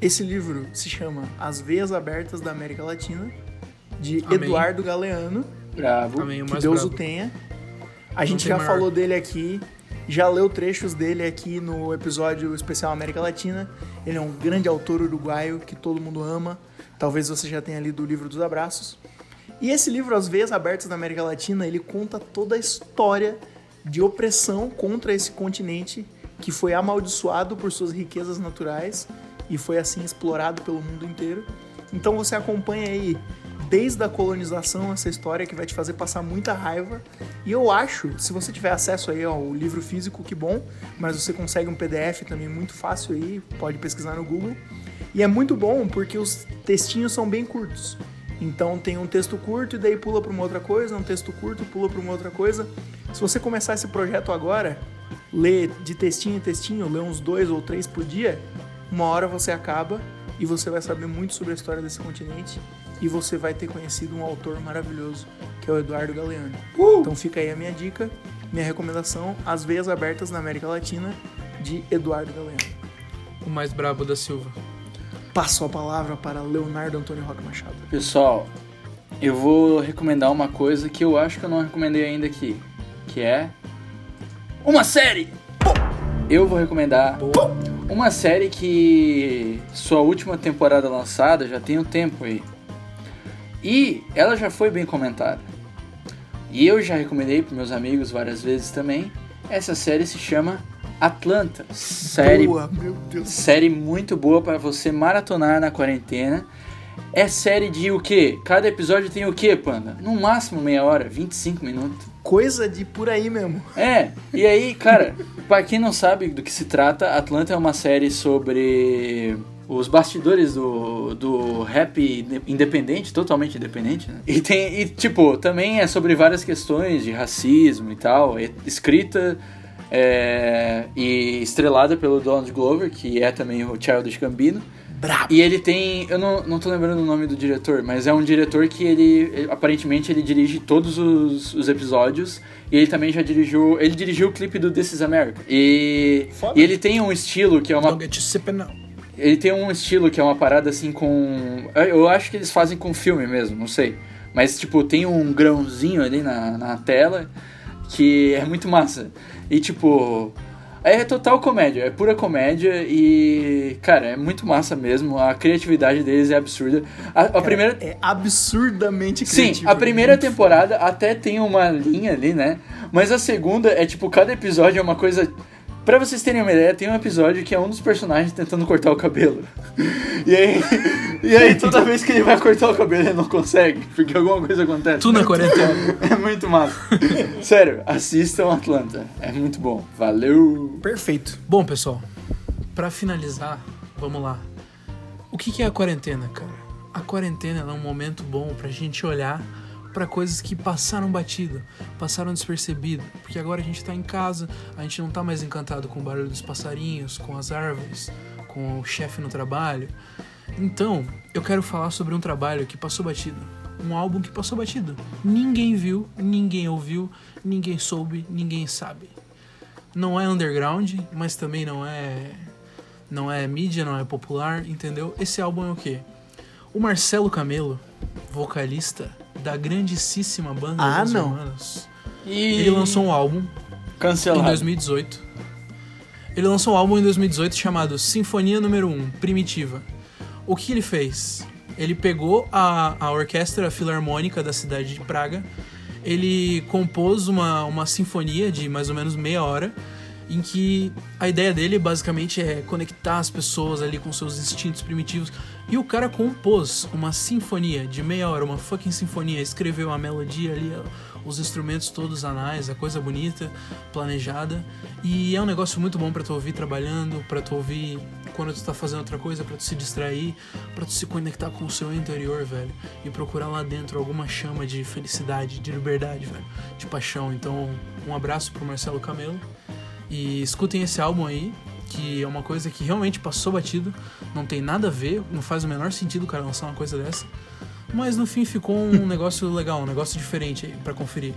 Esse livro se chama As Veias Abertas da América Latina, de Amém. Eduardo Galeano. Bravo. Também o Que mais Deus brabo. o tenha. A gente tem já maior. falou dele aqui, já leu trechos dele aqui no episódio especial América Latina. Ele é um grande autor uruguaio que todo mundo ama. Talvez você já tenha lido o livro dos abraços. E esse livro, As Veias Abertas da América Latina, ele conta toda a história de opressão contra esse continente que foi amaldiçoado por suas riquezas naturais e foi assim explorado pelo mundo inteiro. Então você acompanha aí desde a colonização essa história que vai te fazer passar muita raiva. E eu acho, se você tiver acesso aí ao livro físico, que bom, mas você consegue um PDF também muito fácil aí, pode pesquisar no Google. E é muito bom porque os textinhos são bem curtos. Então tem um texto curto e daí pula para uma outra coisa, um texto curto, pula para uma outra coisa. Se você começar esse projeto agora, lê de textinho em textinho, lê uns dois ou três por dia, uma hora você acaba e você vai saber muito sobre a história desse continente e você vai ter conhecido um autor maravilhoso, que é o Eduardo Galeano. Então fica aí a minha dica, minha recomendação, As Veias Abertas na América Latina, de Eduardo Galeano. O mais brabo da Silva. Passo a palavra para Leonardo Antônio Roque Machado. Pessoal, eu vou recomendar uma coisa que eu acho que eu não recomendei ainda aqui, que é uma série. Eu vou recomendar uma série que sua última temporada lançada já tem um tempo aí. E ela já foi bem comentada. E eu já recomendei para meus amigos várias vezes também. Essa série se chama Atlanta. Série Boa, meu Deus. Série muito boa para você maratonar na quarentena. É série de o quê? Cada episódio tem o quê, Panda? No máximo meia hora, 25 minutos. Coisa de por aí mesmo. É, e aí, cara, pra quem não sabe do que se trata, Atlanta é uma série sobre os bastidores do, do rap inde- independente, totalmente independente, né? E tem, e tipo, também é sobre várias questões de racismo e tal, é escrita é, e estrelada pelo Donald Glover, que é também o Childish Gambino. E ele tem, eu não, não tô lembrando o nome do diretor, mas é um diretor que ele, ele- aparentemente ele dirige todos os, os episódios e ele também já dirigiu, ele dirigiu o clipe do This is America. E, e ele tem um estilo que é uma Don't get you sipping now. ele tem um estilo que é uma parada assim com. Eu acho que eles fazem com filme mesmo, não sei. Mas, tipo, tem um grãozinho ali na, na tela que é muito massa. E, tipo. É total comédia, é pura comédia e. Cara, é muito massa mesmo. A criatividade deles é absurda. A, a primeira. É absurdamente Sim, criativo. tipo a primeira temporada até tem uma linha ali, né? Mas a segunda é tipo, cada episódio é uma coisa. Pra vocês terem uma ideia, tem um episódio que é um dos personagens tentando cortar o cabelo. E aí, e aí toda vez que ele vai cortar o cabelo, ele não consegue, porque alguma coisa acontece. Tu na quarentena. É muito massa. Sério, assistam Atlanta. É muito bom. Valeu! Perfeito. Bom, pessoal, pra finalizar, vamos lá. O que, que é a quarentena, cara? A quarentena ela é um momento bom pra gente olhar pra coisas que passaram batida, passaram despercebida, porque agora a gente tá em casa, a gente não tá mais encantado com o barulho dos passarinhos, com as árvores, com o chefe no trabalho. Então, eu quero falar sobre um trabalho que passou batido, um álbum que passou batido. Ninguém viu, ninguém ouviu, ninguém soube, ninguém sabe não é underground, mas também não é não é mídia, não é popular, entendeu? Esse álbum é o quê? O Marcelo Camelo, vocalista da grandíssima banda Ah, Los não. Hermanos, E ele lançou um álbum em cancelado. 2018. Ele lançou um álbum em 2018 chamado Sinfonia número 1, Primitiva. O que ele fez? Ele pegou a, a Orquestra Filarmônica da cidade de Praga, ele compôs uma, uma sinfonia de mais ou menos meia hora, em que a ideia dele basicamente é conectar as pessoas ali com seus instintos primitivos. E o cara compôs uma sinfonia de meia hora, uma fucking sinfonia, escreveu a melodia ali, ó, os instrumentos todos anais, a coisa bonita, planejada. E é um negócio muito bom pra tu ouvir trabalhando, pra tu ouvir quando tu tá fazendo outra coisa, pra tu se distrair, pra tu se conectar com o seu interior, velho, e procurar lá dentro alguma chama de felicidade, de liberdade, velho, de paixão. Então, um abraço pro Marcelo Camelo. E escutem esse álbum aí, que é uma coisa que realmente passou batido, não tem nada a ver, não faz o menor sentido o cara lançar uma coisa dessa. Mas no fim ficou um negócio legal, um negócio diferente aí pra conferir.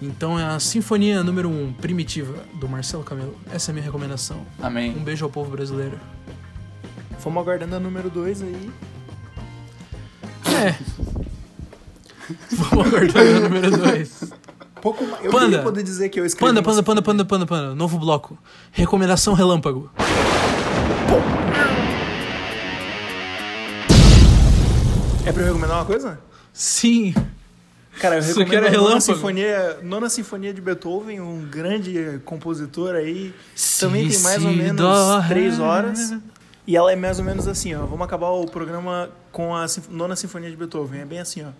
Então é a Sinfonia número 1, Primitiva, do Marcelo Camelo. Essa é a minha recomendação. Amém. Um beijo ao povo brasileiro. Fomos aguardando a número 2 aí. É. <laughs> Vamos aguardar o número 2. Pouco mais. Eu Panda. queria poder dizer que eu escrevi. Panda, uma panda, panda, panda, panda, panda. Novo bloco. Recomendação relâmpago. É pra eu recomendar uma coisa? Sim. Cara, eu Isso aqui recomendo era a nona relâmpago. sinfonia, nona sinfonia de Beethoven, um grande compositor aí. Também Si, tem mais ou si, menos dó, ré. três horas. E ela é mais ou menos assim, ó. Vamos acabar o programa com a sinf- nona sinfonia de Beethoven. É bem assim, ó.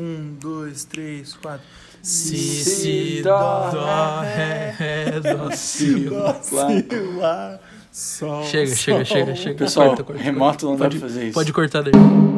Um, dois, três, quatro. Si, Si, si, dó, dó, dó, ré, ré, dó, <laughs> si. Dó, Lá. si, lá, sol. Chega, sol. chega, chega, chega. Pessoal, um. Corta, corta, remoto não dá pode, pra fazer isso. Pode cortar daí.